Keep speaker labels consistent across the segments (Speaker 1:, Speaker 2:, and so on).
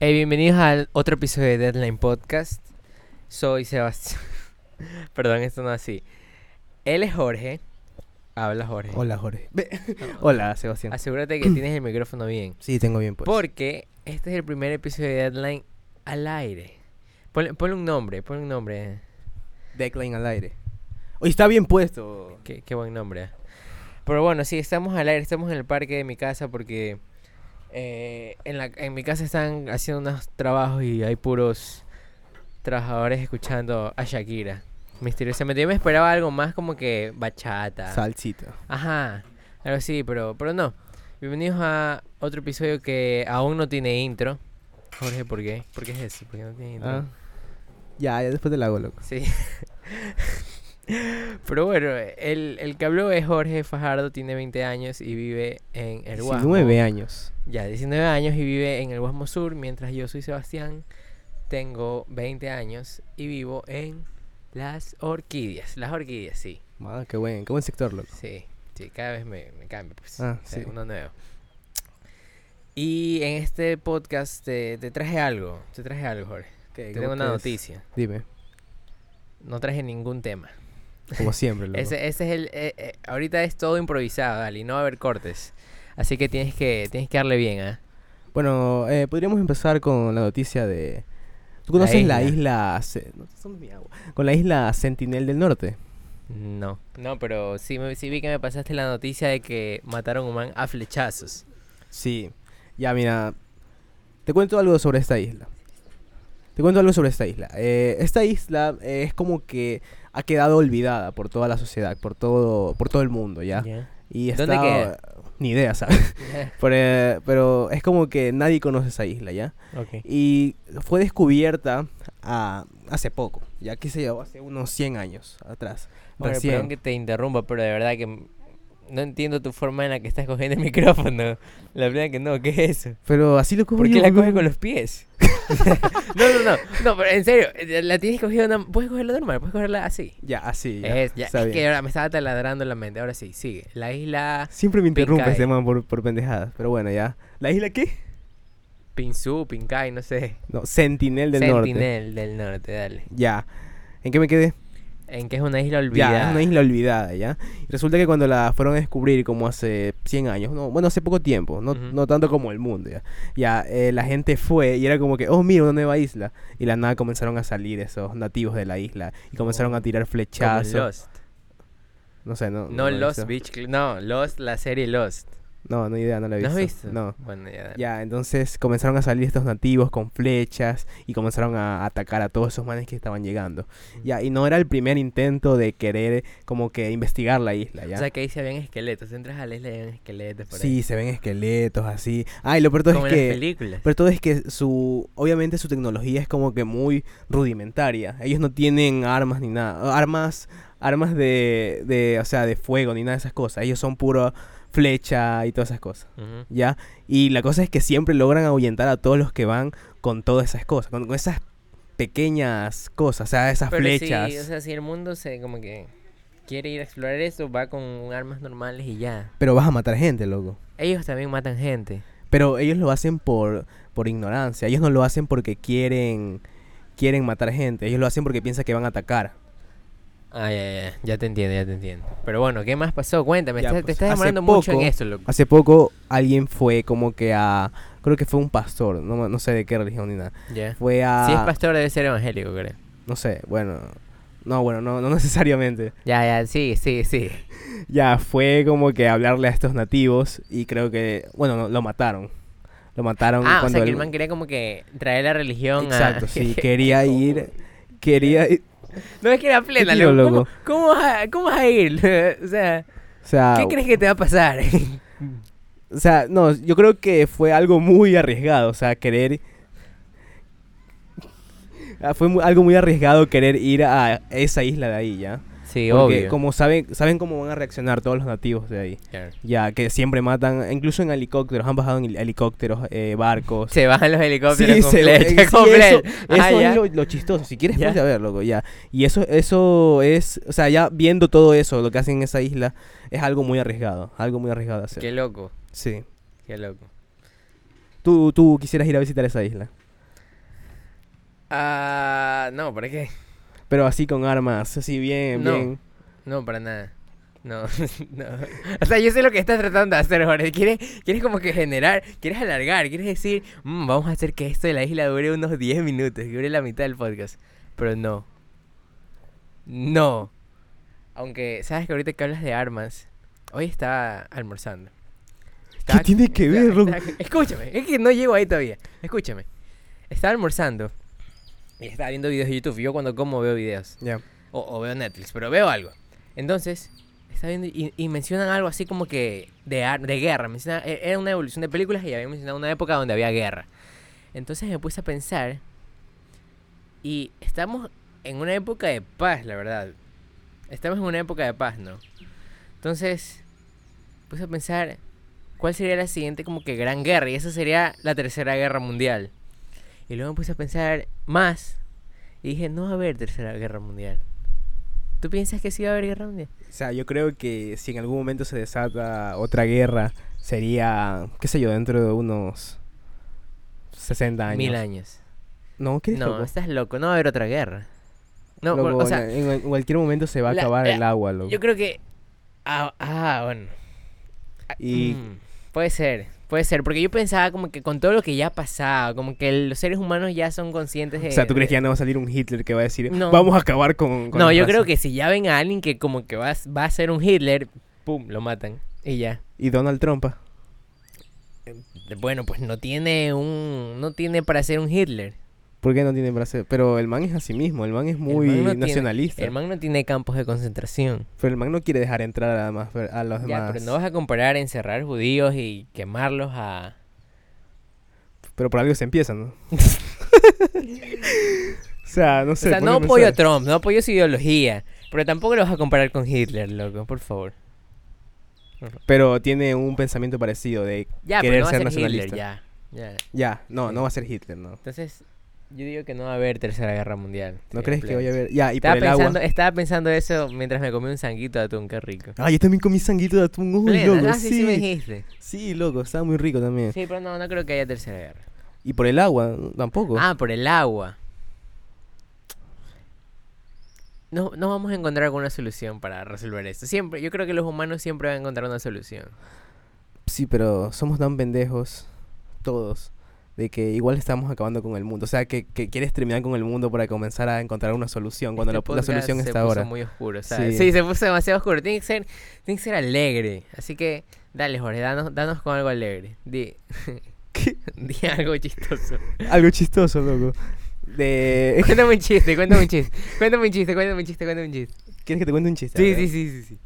Speaker 1: Hey, bienvenidos al otro episodio de Deadline Podcast. Soy Sebastián. Perdón, esto no es así. Él es Jorge. Habla Jorge.
Speaker 2: Hola, Jorge. Ve- Hola, Sebastián.
Speaker 1: Asegúrate que tienes el micrófono bien. pues.
Speaker 2: Sí, tengo bien puesto.
Speaker 1: Porque este es el primer episodio de Deadline al aire. Ponle, ponle un nombre, ponle un nombre.
Speaker 2: Decline al aire. Oye, está bien puesto.
Speaker 1: Qué, qué buen nombre. ah. Pero bueno, sí, estamos al aire, estamos en el parque de mi casa porque eh, en, la, en mi casa están haciendo unos trabajos y hay puros trabajadores escuchando a Shakira. Misteriosamente, yo me esperaba algo más como que
Speaker 2: Ah.
Speaker 1: bachata.
Speaker 2: Salsita.
Speaker 1: Ajá, algo así, pero, pero no. Bienvenidos a otro episodio que aún no tiene intro. Jorge, ¿por qué? ¿Por qué es eso? ¿Por qué no tiene intro?
Speaker 2: Ah. Ya, ya después te la hago, loco.
Speaker 1: Sí. Pero bueno, el, el que habló es Jorge Fajardo, tiene 20 años y vive en el Guasmo.
Speaker 2: 19 años.
Speaker 1: Ya, 19 años y vive en el Guasmo Sur, mientras yo soy Sebastián, tengo 20 años y vivo en Las Orquídeas. Las Orquídeas, sí.
Speaker 2: Madre, Ah, qué buen, qué buen sector, loco.
Speaker 1: Sí, sí, cada vez me, me cambio, pues.
Speaker 2: Ah,
Speaker 1: O sea,
Speaker 2: sí.
Speaker 1: Uno nuevo. Y en este podcast te, te traje algo, te traje algo, Jorge. Te tengo una noticia.
Speaker 2: Dime,
Speaker 1: No traje ningún tema.
Speaker 2: como siempre, loco.
Speaker 1: Ese, ese es el. eh, eh, ahorita es todo improvisado, Dali. No va a haber cortes. Así que tienes que, tienes que darle bien, ¿ah?
Speaker 2: Bueno, eh, podríamos empezar con la noticia de... ¿Tú conoces
Speaker 1: La
Speaker 2: la isla... Ce- no, somos mi agua. Con la isla Sentinel del Norte.
Speaker 1: No. No, pero sí, me- sí vi que me pasaste la noticia de que mataron a un man a flechazos.
Speaker 2: Sí. Ya, mira. Te cuento algo sobre esta isla. Te cuento algo sobre esta isla. Eh, esta isla eh, es como que ha quedado olvidada por toda la sociedad, por todo, por todo el mundo, ¿ya? Y
Speaker 1: ¿Dónde
Speaker 2: está-
Speaker 1: queda?
Speaker 2: Ni idea, ¿sabes? Pero, eh, pero es como que nadie conoce esa isla, ¿ya?
Speaker 1: ok.
Speaker 2: Y fue descubierta ah, hace poco, ya que se llevó hace unos 100 años atrás.
Speaker 1: Bueno,
Speaker 2: Recién.
Speaker 1: perdón que te interrumpa, pero de verdad que m- no entiendo tu forma en la que estás cogiendo el micrófono. La verdad que no, ¿qué es eso?
Speaker 2: Pero así lo
Speaker 1: ¿Por
Speaker 2: cojo
Speaker 1: qué
Speaker 2: yo,
Speaker 1: la
Speaker 2: weón.
Speaker 1: coges con los pies? no, no, no. No, pero en serio, eh, la tienes cogida. una- Puedes cogerla normal, puedes cogerla así.
Speaker 2: Ya, así. ya,
Speaker 1: Es, ya,
Speaker 2: está
Speaker 1: es
Speaker 2: bien.
Speaker 1: que ahora me estaba taladrando la mente. Ahora sí, sigue. La isla
Speaker 2: Siempre me interrumpe
Speaker 1: Pincay.
Speaker 2: este man por, por pendejadas. Pero bueno, ya. ¿La isla qué?
Speaker 1: Pinsú, Pincay, no sé.
Speaker 2: No, Sentinel del Norte.
Speaker 1: Sentinel del norte, dale.
Speaker 2: Ya. ¿En qué me quedé?
Speaker 1: En que es una isla
Speaker 2: Ya, es
Speaker 1: olvidada.
Speaker 2: una isla olvidada, ¿ya? Y Resulta que cuando la fueron a descubrir como hace 100 años, no, bueno, hace poco tiempo, no,
Speaker 1: Ujú.
Speaker 2: no tanto como el mundo, ¿ya? Ya, eh, la gente fue y era como que, oh, mira, una nueva isla. Y la nada comenzaron a salir esos nativos de la isla y comenzaron a tirar
Speaker 1: Oh. Como en
Speaker 2: flechazos.
Speaker 1: Lost.
Speaker 2: No sé, no.
Speaker 1: No,
Speaker 2: lo he
Speaker 1: Lost
Speaker 2: visto.
Speaker 1: Beach Club. No, Lost, la serie Lost.
Speaker 2: No, no idea, no la he
Speaker 1: ¿No
Speaker 2: visto.
Speaker 1: has visto?
Speaker 2: No.
Speaker 1: Bueno, ya. dale.
Speaker 2: Ya, entonces comenzaron a salir estos nativos con flechas y comenzaron a atacar a todos esos manes que estaban llegando. Ya, y no era el primer intento de querer como que investigar la isla, ¿ya?
Speaker 1: O sea que ahí se ven esqueletos. Entras a la isla y ven esqueletos por
Speaker 2: sí,
Speaker 1: ahí.
Speaker 2: se ven esqueletos así. Ah, y lo peor de todo
Speaker 1: Como
Speaker 2: es
Speaker 1: en las
Speaker 2: que...
Speaker 1: películas.
Speaker 2: Pero todo es que su... Obviamente su tecnología es como que muy rudimentaria. Ellos no tienen armas ni nada. Armas... Armas de... de o sea, de fuego ni nada de esas cosas. Ellos son puro flecha y todas esas cosas.
Speaker 1: Ujú.
Speaker 2: ¿ya? Y la cosa es que siempre logran ahuyentar a todos los que van con todas esas cosas, con, con esas pequeñas cosas, o sea, esas
Speaker 1: Pero
Speaker 2: flechas.
Speaker 1: Sí, o sea, si el mundo se como que quiere ir a explorar eso, va con armas normales y ya.
Speaker 2: Pero vas a matar gente, loco.
Speaker 1: Ellos también matan gente.
Speaker 2: Pero ellos lo hacen por, por ignorancia, ellos no lo hacen porque quieren, quieren matar gente, ellos lo hacen porque piensan que van a atacar.
Speaker 1: Ah, ya, ya, ya, ya te entiendo, ya te entiendo. Pero bueno, ¿qué más pasó? Cuéntame,
Speaker 2: Ya,
Speaker 1: estás- te
Speaker 2: pues,
Speaker 1: estás
Speaker 2: hace
Speaker 1: demorando mucho en
Speaker 2: poco-
Speaker 1: esto, loco.
Speaker 2: Hace poco alguien fue como que a... Creo que fue un pastor, no, no sé de qué religión ni nada.
Speaker 1: Ya.
Speaker 2: Fue a...
Speaker 1: Si es pastor debe ser evangélico, creo.
Speaker 2: No sé, bueno... No, bueno, no, no necesariamente.
Speaker 1: Ya, ya, sí, sí, sí.
Speaker 2: Ya, fue como que hablarle a estos nativos y creo que, bueno, no, lo mataron. Lo mataron
Speaker 1: Ah, o
Speaker 2: cuando
Speaker 1: sea, que el
Speaker 2: él-
Speaker 1: man quería como que traer la religión a...
Speaker 2: Exacto, sí, quería ir, quería ir,
Speaker 1: No es que era plena,
Speaker 2: tiro,
Speaker 1: loco. ¿Cómo, cómo
Speaker 2: loco?
Speaker 1: vas a, cómo vas a ir? o sea,
Speaker 2: o sea,
Speaker 1: ¿qué crees que te va a pasar?
Speaker 2: o sea, no, yo creo que fue algo muy arriesgado, o sea, querer Ah, fue mu- algo muy arriesgado querer ir a esa isla de ahí, ¿ya?
Speaker 1: sí,
Speaker 2: Porque
Speaker 1: obvio.
Speaker 2: como saben, saben cómo van a reaccionar todos los nativos de ahí.
Speaker 1: Claro.
Speaker 2: Ya, que siempre matan, incluso en helicópteros, han bajado en hel- helicópteros, eh, barcos.
Speaker 1: Se bajan los helicópteros
Speaker 2: Sí, se-
Speaker 1: completos.
Speaker 2: eh, sí,
Speaker 1: completos.
Speaker 2: eso,
Speaker 1: Ah,
Speaker 2: eso
Speaker 1: ya.
Speaker 2: es lo, lo chistoso. Si quieres,
Speaker 1: Ya.
Speaker 2: puedes ir a ver, loco, ya. Y eso, eso es, o sea, ya viendo todo eso, lo que hacen en esa isla, es algo muy arriesgado, algo muy arriesgado hacer.
Speaker 1: Qué loco,
Speaker 2: Sí.
Speaker 1: qué loco.
Speaker 2: Tú, tú quisieras ir a visitar esa isla.
Speaker 1: Ah, no, ¿para qué?
Speaker 2: Pero así con armas, así bien,
Speaker 1: No.
Speaker 2: bien.
Speaker 1: No, para nada. No, no. O sea, yo sé lo que estás tratando de hacer, Jorge. Quieres, quieres como que generar, quieres alargar, quieres decir, "Mm, vamos a hacer que esto de la isla dure unos 10 minutos, que dure la mitad del podcast. Pero no. No. Aunque, ¿sabes que ahorita que hablas de armas? Hoy estaba almorzando. Estaba-
Speaker 2: tiene que ver,
Speaker 1: estaba-
Speaker 2: Ron?
Speaker 1: estaba- Escúchame, es que no llego ahí todavía. Escúchame. Estaba almorzando y estaba viendo videos de YouTube. Yo cuando como veo videos.
Speaker 2: Ya.
Speaker 1: O, o veo Netflix, pero veo algo. Entonces, está viendo y, y mencionan algo así como que de, ar- de guerra. Menciona- e- era una evolución de películas y había mencionado una época donde había guerra. Entonces me puse a pensar y estamos en una época de paz, la verdad. Estamos en una época de paz, ¿no? Entonces, puse a pensar cuál sería la siguiente como que gran guerra y esa sería la tercera guerra mundial. Y luego me puse a pensar más y dije, no va a haber tercera guerra mundial. ¿Tú piensas que sí va a haber guerra mundial?
Speaker 2: O sea, yo creo que si en algún momento se desata otra guerra, sería, qué sé yo, dentro de unos 60 años.
Speaker 1: Mil años.
Speaker 2: No, ¿qué dices,
Speaker 1: No,
Speaker 2: loco?
Speaker 1: estás loco, no va a haber otra guerra. No, por-
Speaker 2: Loco,
Speaker 1: o sea,
Speaker 2: en, en cualquier momento se va a
Speaker 1: la-
Speaker 2: acabar
Speaker 1: eh,
Speaker 2: el agua, loco.
Speaker 1: yo creo que... Ah, ah, bueno. Ah,
Speaker 2: Y-
Speaker 1: mm, puede ser, puede ser, porque yo pensaba como que con todo lo que ya ha pasado, como que los seres humanos ya son conscientes de...
Speaker 2: O sea, ¿tú crees que
Speaker 1: de-
Speaker 2: ya no va a salir un Hitler que va a decir,
Speaker 1: Eh, No.
Speaker 2: vamos a acabar con... con
Speaker 1: No,
Speaker 2: la
Speaker 1: yo
Speaker 2: raza"?
Speaker 1: creo que si ya ven a alguien que como que va, a- va a ser un Hitler, pum, lo matan y ya.
Speaker 2: Y Donald Trump. ah?
Speaker 1: Bueno, pues no tiene un... no tiene para ser un Hitler.
Speaker 2: ¿Por qué no tiene brazo? Pero el man es así mismo, el man es
Speaker 1: El
Speaker 2: muy
Speaker 1: man no tiene-
Speaker 2: nacionalista.
Speaker 1: el man no tiene campos de concentración.
Speaker 2: Pero el man no quiere dejar entrar a, más- a los
Speaker 1: Ya,
Speaker 2: demás.
Speaker 1: pero no vas a comparar encerrar judíos y quemarlos a...
Speaker 2: Pero por algo se empieza, ¿no? o sea, no
Speaker 1: O
Speaker 2: sé.
Speaker 1: sea, no
Speaker 2: ponte a
Speaker 1: apoyo a
Speaker 2: pensar.
Speaker 1: Trump, no apoyo su ideología, pero tampoco lo vas a comparar con Hitler, loco, por favor.
Speaker 2: Pero tiene un pensamiento parecido de...
Speaker 1: Ya, pero
Speaker 2: Querer
Speaker 1: no va
Speaker 2: ser
Speaker 1: a ser Hitler,
Speaker 2: nacionalista.
Speaker 1: ya, ya.
Speaker 2: Ya, no, no va a ser Hitler, ¿no?
Speaker 1: Entonces, yo digo que no va a haber Tercera Guerra Mundial.
Speaker 2: ¿No
Speaker 1: Sí,
Speaker 2: crees que
Speaker 1: pleno.
Speaker 2: vaya a haber...? Ya, y por
Speaker 1: Estaba
Speaker 2: el
Speaker 1: pensando,
Speaker 2: agua...
Speaker 1: estaba pensando eso mientras me comí un sanguito de atún, qué rico.
Speaker 2: Ah, yo también comí sanguito de atún. Uy,
Speaker 1: Pleno,
Speaker 2: loco,
Speaker 1: ah, sí,
Speaker 2: sí.
Speaker 1: sí me
Speaker 2: Sí,
Speaker 1: dijiste.
Speaker 2: loco, estaba muy rico también.
Speaker 1: Sí, pero no, no creo que haya Tercera Guerra.
Speaker 2: Y por el agua, tampoco.
Speaker 1: Ah, por el agua. No, no vamos a encontrar alguna solución para resolver esto. Siempre, yo creo que los humanos siempre van a encontrar una solución.
Speaker 2: Sí, pero somos tan pendejos, todos, de que igual estamos acabando con el mundo. O sea, que, que quieres terminar con el mundo para comenzar a encontrar una solución, cuando
Speaker 1: Este
Speaker 2: la, la
Speaker 1: podcast
Speaker 2: solución
Speaker 1: se
Speaker 2: está
Speaker 1: puso
Speaker 2: ahora.
Speaker 1: muy oscuro, ¿sabes? Sí.
Speaker 2: Sí.
Speaker 1: se puso demasiado oscuro. Tiene que ser, tiene que ser alegre. Así que, dale, Jorge, danos, danos con algo alegre. Di,
Speaker 2: ¿Qué?
Speaker 1: di algo chistoso.
Speaker 2: Algo chistoso, loco. De...
Speaker 1: Cuéntame un chiste, cuéntame un chiste. Cuéntame un chiste, cuéntame un chiste, cuéntame un chiste.
Speaker 2: ¿Quieres que te cuente un chiste?
Speaker 1: Sí, sí, sí, sí, sí.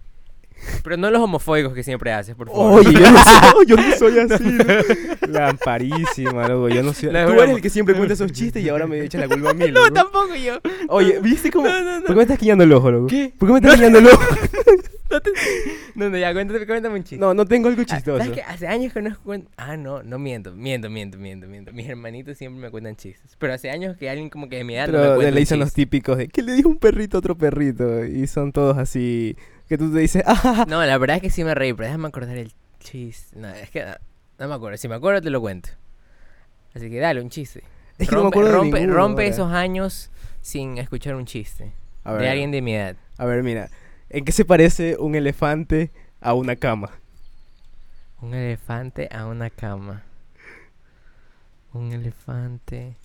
Speaker 1: Pero no los homofóbicos que siempre haces, por favor.
Speaker 2: Oye, yo no soy, yo no soy así. ¿no? Lamparísima, loco. Yo no soy.
Speaker 1: No, es
Speaker 2: Tú
Speaker 1: broma.
Speaker 2: eres el que siempre cuenta esos chistes y ahora me echas la culpa a mí.
Speaker 1: no,
Speaker 2: loco.
Speaker 1: tampoco yo.
Speaker 2: Oye, ¿viste cómo?
Speaker 1: No, no, no.
Speaker 2: ¿Por qué me estás guiñando el ojo, loco?
Speaker 1: ¿Qué?
Speaker 2: ¿Por qué me estás guiñando el ojo?
Speaker 1: No, no, ya, cuéntame, cuéntame un chiste.
Speaker 2: No, no tengo algo
Speaker 1: Ah,
Speaker 2: chistoso.
Speaker 1: ¿Sabes que hace años que no cuento? Ah, no, no miento, miento, miento, miento, miento. Mis hermanitos siempre me cuentan chistes. Pero hace años que alguien como que de mi edad no me
Speaker 2: Pero
Speaker 1: cuenta
Speaker 2: le
Speaker 1: un
Speaker 2: dicen los
Speaker 1: chiste.
Speaker 2: típicos de que le dijo un perrito a otro perrito y son todos así que tú te dices, "Ah, ja, ja".
Speaker 1: No, la verdad es que sí me reí, pero déjame acordar el chiste. No, es que no, no me acuerdo. Si me acuerdo te lo cuento. Así que dale, un chiste.
Speaker 2: Es que no me acuerdo de
Speaker 1: rompe,
Speaker 2: ninguno
Speaker 1: rompe
Speaker 2: ahora.
Speaker 1: esos años sin escuchar un chiste.
Speaker 2: A
Speaker 1: De
Speaker 2: ver,
Speaker 1: alguien de mi edad.
Speaker 2: a ver, mira, ¿en qué se parece un elefante a una cama?
Speaker 1: Un elefante a una cama. Un elefante.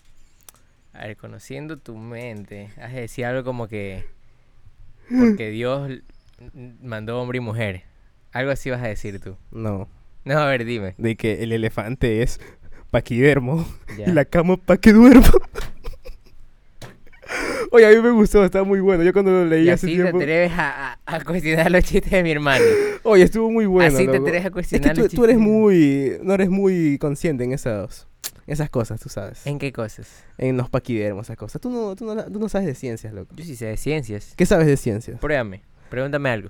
Speaker 1: A ver, conociendo tu mente, has de decir algo como que. Porque Dios l- n- mandó hombre y mujer. Algo así vas a decir tú.
Speaker 2: No,
Speaker 1: No, a ver, dime.
Speaker 2: de que el elefante es paquidermo
Speaker 1: Ya.
Speaker 2: y la cama pa' que duerma. Oye, a mí me gustó, está muy bueno. Yo cuando lo leí
Speaker 1: Y
Speaker 2: hace
Speaker 1: así te
Speaker 2: tiempo,
Speaker 1: atreves a, a- a cuestionar los chistes de mi hermano.
Speaker 2: oye, estuvo muy bueno.
Speaker 1: así te
Speaker 2: loco.
Speaker 1: atreves a
Speaker 2: Es que
Speaker 1: cuestionar
Speaker 2: tú,
Speaker 1: los
Speaker 2: tú eres
Speaker 1: chistes-
Speaker 2: muy, no eres muy consciente en esas, esas cosas, tú sabes.
Speaker 1: ¿En qué cosas?
Speaker 2: en los paquidermos, esas cosas. Tú no, tú, no, tú no sabes de ciencias, loco.
Speaker 1: Yo sí sé de ciencias.
Speaker 2: ¿Qué sabes de ciencias?
Speaker 1: Pruébame. Pregúntame algo.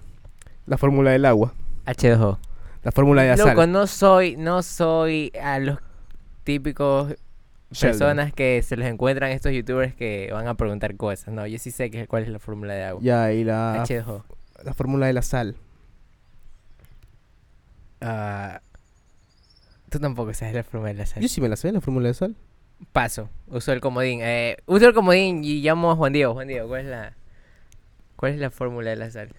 Speaker 2: La fórmula del agua,
Speaker 1: H2O.
Speaker 2: la fórmula de la
Speaker 1: Loco,
Speaker 2: sal.
Speaker 1: no soy, no soy a los típicos
Speaker 2: Sheldon.
Speaker 1: personas que se los encuentran estos youtubers que van a preguntar cosas. No, yo sí sé que, cuál es la fórmula de agua.
Speaker 2: Ya, y la,
Speaker 1: H2O.
Speaker 2: la fórmula de la sal.
Speaker 1: Ah, tú tampoco sabes la fórmula de la sal.
Speaker 2: Yo sí me la sé, la fórmula de sal.
Speaker 1: Paso. Uso el comodín. Eh, uso el comodín y llamo a Juan Diego. Juan Diego, ¿cuál es la, cuál es la fórmula del azar?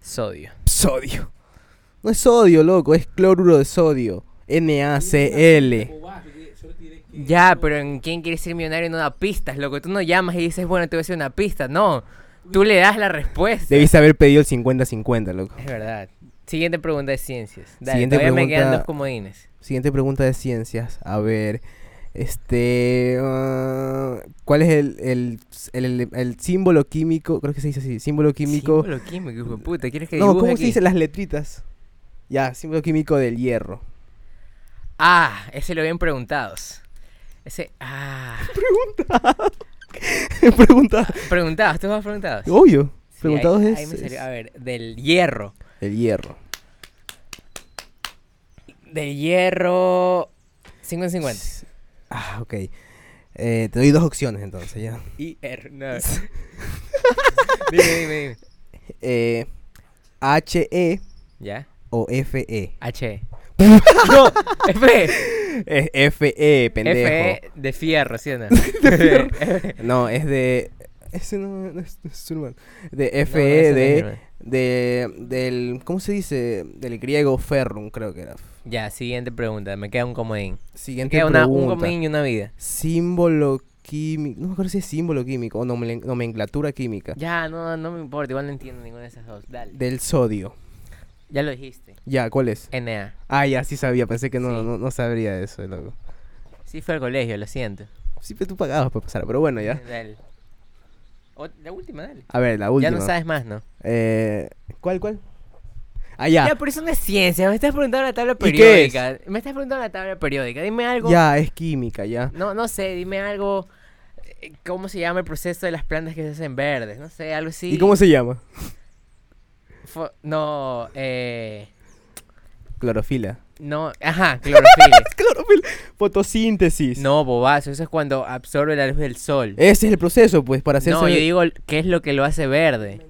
Speaker 1: Sodio.
Speaker 2: Sodio. No es sodio, loco, es cloruro de sodio. NaCl.
Speaker 1: Ya, pero en quién quiere ser millonario no da pistas, loco. Tú no llamas y dices, bueno, te voy a hacer una pista. No. Tú le das la respuesta.
Speaker 2: Debiste haber pedido el 50-50, loco.
Speaker 1: Es verdad. Siguiente pregunta de ciencias. Dale,
Speaker 2: Siguiente
Speaker 1: todavía me quedan
Speaker 2: pregunta-
Speaker 1: dos comodines.
Speaker 2: Siguiente pregunta de ciencias. A ver. Este. ah, ¿Cuál es el, el, el- el símbolo químico? Creo que se dice así: símbolo químico.
Speaker 1: Símbolo químico, hijo de puta. ¿Quieres que
Speaker 2: no,
Speaker 1: dibuje
Speaker 2: ¿cómo
Speaker 1: aquí?
Speaker 2: se dice las letritas? Ya, símbolo químico del hierro.
Speaker 1: Ah, ese lo habían preguntados. Ese, ah.
Speaker 2: Pregunta.
Speaker 1: Preguntados, ¿tú vas preguntados?
Speaker 2: Obvio.
Speaker 1: Sí,
Speaker 2: Preguntados
Speaker 1: ahí-
Speaker 2: es,
Speaker 1: ahí me salió.
Speaker 2: es
Speaker 1: A ver, del hierro.
Speaker 2: el hierro.
Speaker 1: Del hierro. 5 en 50.
Speaker 2: Ah, ok. Eh, te doy dos opciones entonces, ya.
Speaker 1: IR, er, no. dime, dime, dime.
Speaker 2: Eh, H-E
Speaker 1: ¿Ya?
Speaker 2: o E. F-E.
Speaker 1: H. no, F. E,
Speaker 2: Es F-E, pendejo.
Speaker 1: F de fierro, ¿sí o no?
Speaker 2: No, es de. E. Ese no, no es, no es Zurman. De
Speaker 1: No, ese
Speaker 2: F-E,
Speaker 1: no es
Speaker 2: de,
Speaker 1: normal.
Speaker 2: de. Del. ¿Cómo se dice? Del griego ferrum, creo que era.
Speaker 1: Ya, siguiente pregunta. Me queda un comodín. Me
Speaker 2: Siguiente
Speaker 1: queda una, un
Speaker 2: pregunta.
Speaker 1: comodín y una vida.
Speaker 2: símbolo químico. No me acuerdo si es símbolo químico o nomen- nomenclatura química.
Speaker 1: Ya, no, no me importa. Igual no entiendo ninguna de esas dos. Dale.
Speaker 2: Del sodio.
Speaker 1: Ya lo dijiste.
Speaker 2: Ya, ¿cuál es?
Speaker 1: NA.
Speaker 2: Ah, ya, sí sabía. Pensé que no,
Speaker 1: Sí.
Speaker 2: no, no sabría eso, loco.
Speaker 1: Sí fue al colegio, lo siento.
Speaker 2: Siempre tú pagabas para pasar, pero bueno, ya.
Speaker 1: Dale. Ot- la última, dale.
Speaker 2: A ver, la última.
Speaker 1: Ya no sabes más, ¿no?
Speaker 2: Eh, ¿Cuál, cuál? Ah, ya.
Speaker 1: Ya, pero eso no es ciencia. Me estás preguntando la tabla
Speaker 2: ¿Y qué es?
Speaker 1: periódica. Me estás preguntando la tabla periódica. Dime algo.
Speaker 2: Ya, es química, ya.
Speaker 1: No, no sé, dime algo. eh, ¿Cómo se llama el proceso de las plantas que se hacen verdes? No sé, algo así.
Speaker 2: ¿Y cómo se llama?
Speaker 1: Fo- no, eh.
Speaker 2: Clorofila.
Speaker 1: No, ajá, clorofila.
Speaker 2: Clorofila. Fotosíntesis.
Speaker 1: no, bobazo, eso es cuando absorbe la luz del sol.
Speaker 2: Ese es el proceso, pues, para hacer
Speaker 1: No, yo digo, ¿qué es lo que lo hace verde?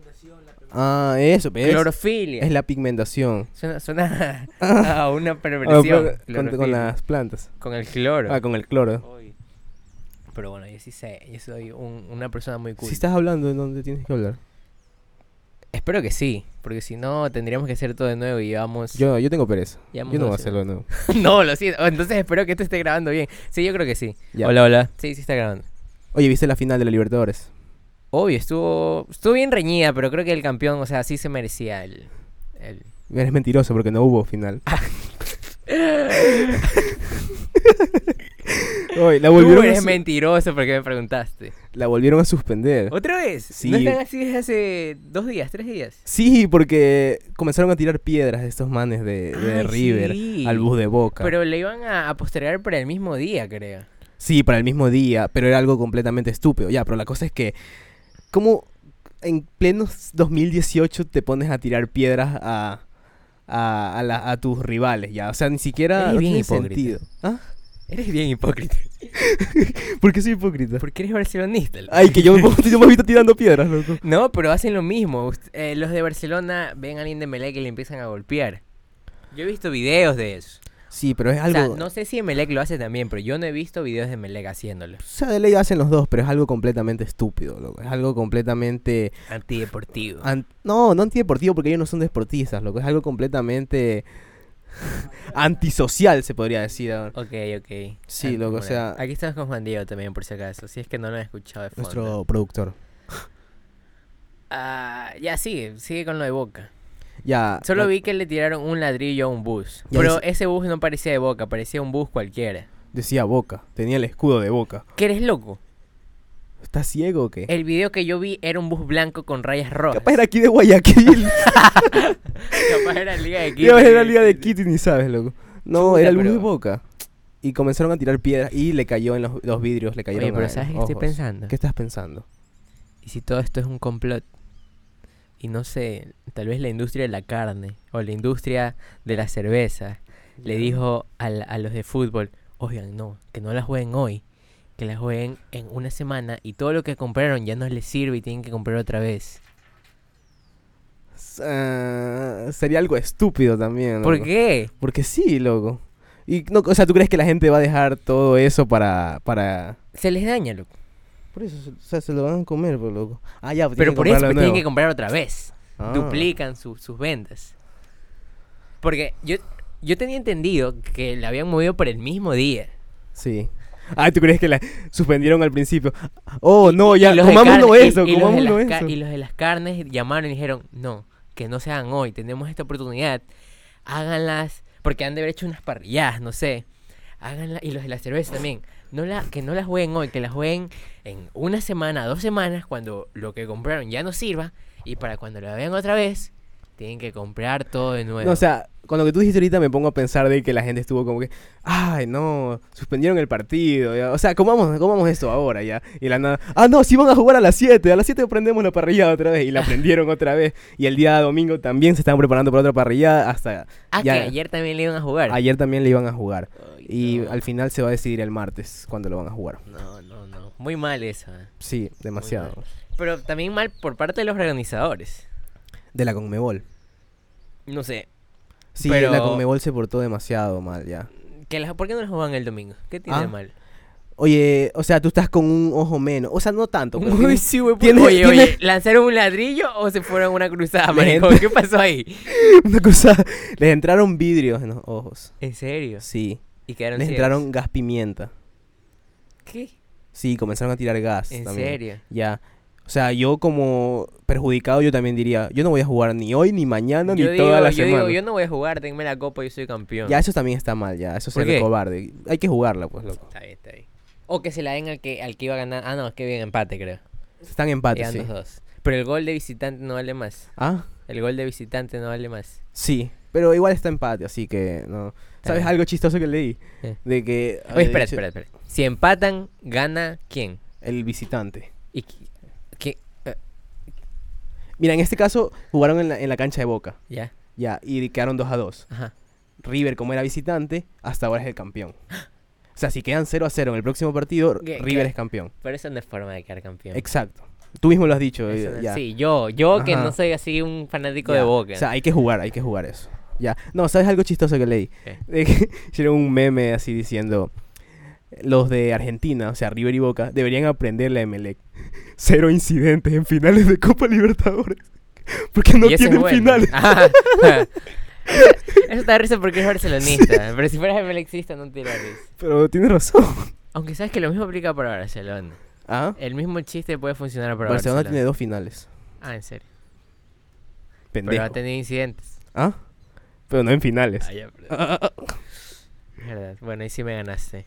Speaker 2: Ah, eso, ¿ves?
Speaker 1: Clorofilia.
Speaker 2: Es la pigmentación.
Speaker 1: Suena, suena
Speaker 2: Ah,
Speaker 1: a una
Speaker 2: pero
Speaker 1: perversión.
Speaker 2: con, con
Speaker 1: clorofilia.
Speaker 2: las plantas.
Speaker 1: Con el cloro.
Speaker 2: Ah, con el cloro.
Speaker 1: Uy. Pero bueno, yo sí sé, yo soy un- una persona muy
Speaker 2: Si
Speaker 1: cool.
Speaker 2: estás hablando, ¿en dónde tienes que hablar?
Speaker 1: Espero que sí, porque si no tendríamos que hacer todo de nuevo y llevamos...
Speaker 2: Yo, yo tengo pereza.
Speaker 1: llevamos
Speaker 2: Yo no voy a
Speaker 1: dos
Speaker 2: hacerlo de nuevo.
Speaker 1: semanas. no, lo siento. Oh, Entonces espero que esto esté grabando bien. Sí, yo creo que sí.
Speaker 2: Ya.
Speaker 1: Hola, hola. Sí, sí está grabando.
Speaker 2: Oye, ¿viste la final de la Libertadores?
Speaker 1: Obvio, estuvo, estuvo bien reñida, pero creo que el campeón, o sea, sí se merecía el... el...
Speaker 2: Eres mentiroso porque no hubo final.
Speaker 1: Ah,
Speaker 2: Oye, la,
Speaker 1: Tú
Speaker 2: volvieron a
Speaker 1: eres
Speaker 2: su-
Speaker 1: mentiroso porque me preguntaste.
Speaker 2: la volvieron a suspender.
Speaker 1: ¿Otra vez?
Speaker 2: Sí.
Speaker 1: ¿No están así desde hace dos días, tres días?
Speaker 2: Sí, porque comenzaron a tirar piedras de estos manes de, de
Speaker 1: Ay,
Speaker 2: River
Speaker 1: sí.
Speaker 2: al bus de Boca.
Speaker 1: Pero le iban a, a postergar para el mismo día, creo.
Speaker 2: Sí, para el mismo día, pero era algo completamente estúpido. Ya, pero la cosa es que, ¿cómo en plenos 2018 te pones a tirar piedras a, a, a la- a tus rivales? Ya, o sea, ni siquiera
Speaker 1: Eres
Speaker 2: no
Speaker 1: bien
Speaker 2: tiene
Speaker 1: hipócrita.
Speaker 2: sentido. ¿Ah?
Speaker 1: Eres bien hipócrita.
Speaker 2: ¿Por qué soy hipócrita?
Speaker 1: Porque eres barcelonista. loco.
Speaker 2: Ay, que yo me, pongo- yo me he visto tirando piedras, loco.
Speaker 1: No, pero hacen lo mismo. Ust- eh, los de Barcelona ven a alguien de Melec y le empiezan a golpear. Yo he visto videos de eso.
Speaker 2: Sí, pero es
Speaker 1: O
Speaker 2: algo...
Speaker 1: sea, no sé si en Melec lo hace también, pero yo no he visto videos de Melec haciéndolo.
Speaker 2: O sea, de ley hacen los dos, pero es algo completamente estúpido, loco. Es algo completamente...
Speaker 1: Antideportivo.
Speaker 2: an- No, no antideportivo porque ellos no son deportistas, loco. Es algo completamente... antisocial, se podría decir. ahora.
Speaker 1: Ok, ok.
Speaker 2: Sí,
Speaker 1: Anti-
Speaker 2: loco, o
Speaker 1: bueno,
Speaker 2: sea-
Speaker 1: Aquí estamos con Juan Diego también, por si acaso. Si es que no lo han escuchado de fondo.
Speaker 2: Nuestro productor.
Speaker 1: Ah, ya sigue, sigue con lo de Boca.
Speaker 2: Ya.
Speaker 1: Solo
Speaker 2: la-
Speaker 1: vi que le tiraron un ladrillo a un bus.
Speaker 2: Ya
Speaker 1: pero
Speaker 2: dice-
Speaker 1: ese bus no parecía de Boca, parecía un bus cualquiera.
Speaker 2: Decía Boca. Tenía el escudo de Boca.
Speaker 1: ¿Qué eres loco?
Speaker 2: ¿Estás ciego o qué?
Speaker 1: El video que yo vi era un bus blanco con rayas rojas.
Speaker 2: Capaz era aquí de Guayaquil.
Speaker 1: Capaz era Liga de
Speaker 2: Capaz
Speaker 1: Quito.
Speaker 2: era Liga de Quito y ni sabes, loco. No,
Speaker 1: Chuta,
Speaker 2: era el bus de
Speaker 1: pero-
Speaker 2: Boca. Y comenzaron a tirar piedras y le cayó en los, los vidrios, le cayeron
Speaker 1: Oye, pero
Speaker 2: a-
Speaker 1: ¿sabes qué estoy
Speaker 2: ojos.
Speaker 1: pensando?
Speaker 2: ¿Qué estás pensando?
Speaker 1: ¿Y si todo esto es un complot? Y no sé, tal vez la industria de la carne o la industria de la cerveza le dijo al- a los de fútbol, oigan, no, que no la jueguen hoy, que la jueguen en una semana y todo lo que compraron ya no les sirve y tienen que comprar otra vez.
Speaker 2: S- ah, sería algo estúpido también.
Speaker 1: ¿Por
Speaker 2: loco.
Speaker 1: qué?
Speaker 2: Porque sí, loco. Y no, o sea, ¿tú crees que la gente va a dejar todo eso para... para...
Speaker 1: Se les daña, loco.
Speaker 2: Por eso, se- o sea, se lo van a comer, pues, loco. Ah, ya, tienen
Speaker 1: Pero
Speaker 2: que
Speaker 1: por eso
Speaker 2: comprarlo
Speaker 1: pues, tienen que
Speaker 2: nuevo.
Speaker 1: comprar otra vez.
Speaker 2: Ah.
Speaker 1: duplican su- sus ventas. Porque yo, yo tenía entendido que la habían movido por el mismo día.
Speaker 2: Sí. Ah, ¿tú crees que la suspendieron al principio? Oh, no, ya,
Speaker 1: Y los de
Speaker 2: comámonos
Speaker 1: car- y-
Speaker 2: eso,
Speaker 1: y los de
Speaker 2: comámonos
Speaker 1: las ca-
Speaker 2: eso.
Speaker 1: Y los de las carnes llamaron y dijeron, no, que no se hagan hoy, tenemos esta oportunidad, háganlas, porque han de haber hecho unas parrilladas, no sé. Háganlas, y los de la cerveza también, no la, que no las jueguen hoy, que las jueguen en una semana, dos semanas, cuando lo que compraron ya no sirva, y para cuando lo vean otra vez, tienen que comprar todo de nuevo.
Speaker 2: No, o sea, con lo que tú dijiste ahorita me pongo a pensar de que la gente estuvo como que, ay, no, suspendieron el partido, ya. o sea, comamos, comamos esto ahora ya. Y la nada, ah, no, sí van a jugar a las 7, a las 7 prendemos la parrillada otra vez y la prendieron otra vez. Y el día domingo también se estaban preparando para otra parrillada hasta
Speaker 1: ah,
Speaker 2: ya-
Speaker 1: que ayer también le iban a jugar.
Speaker 2: ayer también le iban a jugar.
Speaker 1: Ay,
Speaker 2: Y
Speaker 1: no.
Speaker 2: al final se va a decidir el martes cuando lo van a jugar.
Speaker 1: No, no, no. Muy mal eso. ¿eh?
Speaker 2: Sí, demasiado.
Speaker 1: mal. Pero también mal por parte de los organizadores.
Speaker 2: De la Conmebol.
Speaker 1: No sé.
Speaker 2: Sí,
Speaker 1: Pero-
Speaker 2: la Conmebol se portó demasiado mal ya.
Speaker 1: Que las, ¿Por qué no las juegan el domingo? ¿Qué tiene de
Speaker 2: Ah,
Speaker 1: mal?
Speaker 2: Oye, o sea, tú estás con un ojo menos. O sea, no tanto. pero
Speaker 1: Uy,
Speaker 2: tienes-
Speaker 1: sí, güey,
Speaker 2: tiene-
Speaker 1: oye,
Speaker 2: tiene-
Speaker 1: oye, ¿lanzaron un ladrillo o se fueron a una cruzada,
Speaker 2: La gente-
Speaker 1: maricón? ¿Qué pasó ahí?
Speaker 2: Una cruzada. Les entraron vidrios en los ojos.
Speaker 1: ¿En serio?
Speaker 2: Sí.
Speaker 1: Y quedaron
Speaker 2: Les
Speaker 1: ciegos.
Speaker 2: entraron gas pimienta.
Speaker 1: ¿Qué?
Speaker 2: Sí, comenzaron a tirar gas.
Speaker 1: ¿En
Speaker 2: también.
Speaker 1: serio?
Speaker 2: Ya. O sea, yo como perjudicado, yo también diría, yo no voy a jugar ni hoy, ni mañana,
Speaker 1: yo
Speaker 2: ni
Speaker 1: digo,
Speaker 2: toda la
Speaker 1: yo
Speaker 2: semana.
Speaker 1: digo, yo no voy a jugar, denme la copa, yo soy campeón.
Speaker 2: Ya, eso también está mal, ya. Eso es
Speaker 1: ¿Por
Speaker 2: ser
Speaker 1: qué?
Speaker 2: cobarde. Hay que jugarla, pues, loco.
Speaker 1: Está bien, está bien. O que se la den al que, al que iba a ganar. Ah, no, es que bien empate, creo.
Speaker 2: Están en empate,
Speaker 1: Quedan
Speaker 2: sí.
Speaker 1: los dos. Pero el gol de visitante no vale más.
Speaker 2: Ah,
Speaker 1: El gol de visitante no vale más.
Speaker 2: sí. Pero igual está empate, así que no. ¿Sabes
Speaker 1: bien.
Speaker 2: algo chistoso que leí?
Speaker 1: Eh.
Speaker 2: De que. había
Speaker 1: Ah. Oye, espera,
Speaker 2: dicho
Speaker 1: espera, espera. Si empatan, gana quién.
Speaker 2: El visitante.
Speaker 1: ¿Y qui- qué? Eh,
Speaker 2: Mira, en este caso jugaron en la, en la cancha de Boca.
Speaker 1: ya,
Speaker 2: Ya, y quedaron 2 a 2.
Speaker 1: ajá.
Speaker 2: River, como era visitante, hasta ahora es el campeón. O sea, si quedan 0 a 0 en el próximo partido,
Speaker 1: ¿Qué-
Speaker 2: River
Speaker 1: qué?
Speaker 2: es campeón.
Speaker 1: Pero eso no es forma de quedar campeón.
Speaker 2: Exacto. Tú mismo lo has dicho.
Speaker 1: Eso
Speaker 2: eh,
Speaker 1: no-
Speaker 2: ya.
Speaker 1: Sí, yo, yo que
Speaker 2: Ajá.
Speaker 1: no soy así un fanático de
Speaker 2: Ya.
Speaker 1: Boca.
Speaker 2: O sea, hay que jugar, hay que jugar eso. Ya. No, ¿sabes algo chistoso que leí?
Speaker 1: ¿Qué?
Speaker 2: De que hicieron un meme así diciendo: Los de Argentina, o sea, River y Boca, deberían aprender la Emelec. Cero incidentes en finales de Copa Libertadores. Porque no
Speaker 1: Y eso es
Speaker 2: tienen
Speaker 1: bueno.
Speaker 2: finales.
Speaker 1: Ajá. Eso está risa porque es barcelonista. Pero si fueras emelexista no te la risa.
Speaker 2: Pero tienes razón.
Speaker 1: Aunque sabes que lo mismo aplica para Barcelona.
Speaker 2: ¿Ah?
Speaker 1: El mismo chiste puede funcionar para
Speaker 2: Barcelona,
Speaker 1: Barcelona.
Speaker 2: tiene dos finales.
Speaker 1: Ah, en serio. Pero
Speaker 2: Pendejo.
Speaker 1: ha tenido incidentes.
Speaker 2: ¿Ah? Pero no en finales.
Speaker 1: Ah, ya, perdón.
Speaker 2: Ah, ah, ah.
Speaker 1: Verdad. Bueno, ahí sí me ganaste.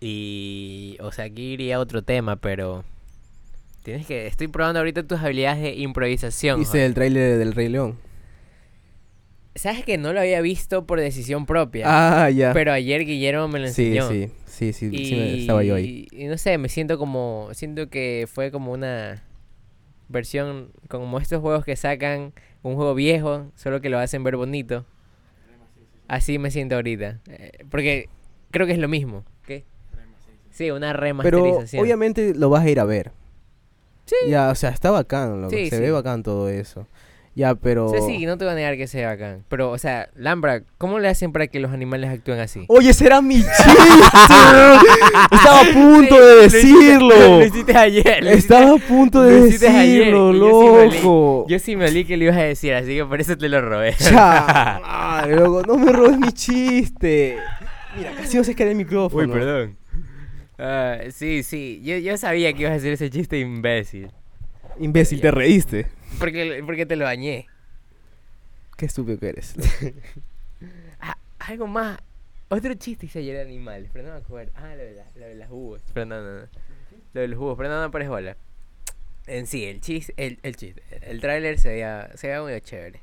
Speaker 1: Y. O sea, aquí iría a otro tema, pero. Tienes que. Estoy probando ahorita tus habilidades de improvisación.
Speaker 2: Viste el tráiler del Rey León.
Speaker 1: Sabes que no lo había visto por decisión propia.
Speaker 2: Ah, ya.
Speaker 1: Pero ayer Guillermo me lo
Speaker 2: sí,
Speaker 1: enseñó.
Speaker 2: sí, sí, sí,
Speaker 1: Y,
Speaker 2: sí me- estaba yo ahí.
Speaker 1: y no sé, me siento como. Siento que fue como una versión. Como estos juegos que sacan un juego viejo, solo que lo hacen ver bonito. Así me siento ahorita. eh, Porque creo que es lo mismo. ¿Qué? Sí, una
Speaker 2: Pero
Speaker 1: remasterización.
Speaker 2: obviamente lo vas a ir a ver.
Speaker 1: Sí.
Speaker 2: Ya, o sea, está bacán, loco,
Speaker 1: Sí,
Speaker 2: se
Speaker 1: sí.
Speaker 2: ve bacán todo eso. Ya, pero...
Speaker 1: O sea, sí, no te voy a negar que sea bacán. Pero, o sea, Lambra, ¿cómo le hacen para que los animales actúen así?
Speaker 2: Oye, ese era mi chiste. Estaba a punto de
Speaker 1: Lo
Speaker 2: decirlo.
Speaker 1: hiciste ayer. lo hiciste-
Speaker 2: Estaba a punto de
Speaker 1: lo hiciste ayer,
Speaker 2: decirlo,
Speaker 1: y yo sí me olí-
Speaker 2: loco.
Speaker 1: Yo sí me olí que lo ibas a decir, así que por eso te lo robé.
Speaker 2: Ya, madre, loco, no me robes mi chiste. Mira, casi no se cae el micrófono.
Speaker 1: Uy, perdón. Ah, sí, sí. Yo, yo sabía que ibas a hacer ese chiste imbécil.
Speaker 2: Imbécil, te reíste.
Speaker 1: Porque, porque te lo bañé.
Speaker 2: Qué estúpido que eres.
Speaker 1: Ah, algo más. Otro chiste hice ayer de animales, pero no me acuerdo. Ah, lo de, la- lo de las uvas. Pero no, no, no. Lo de los uvas, pero no, no parece bola. En sí, el chiste, el, el chiste. El tráiler se veía, se veía muy chévere.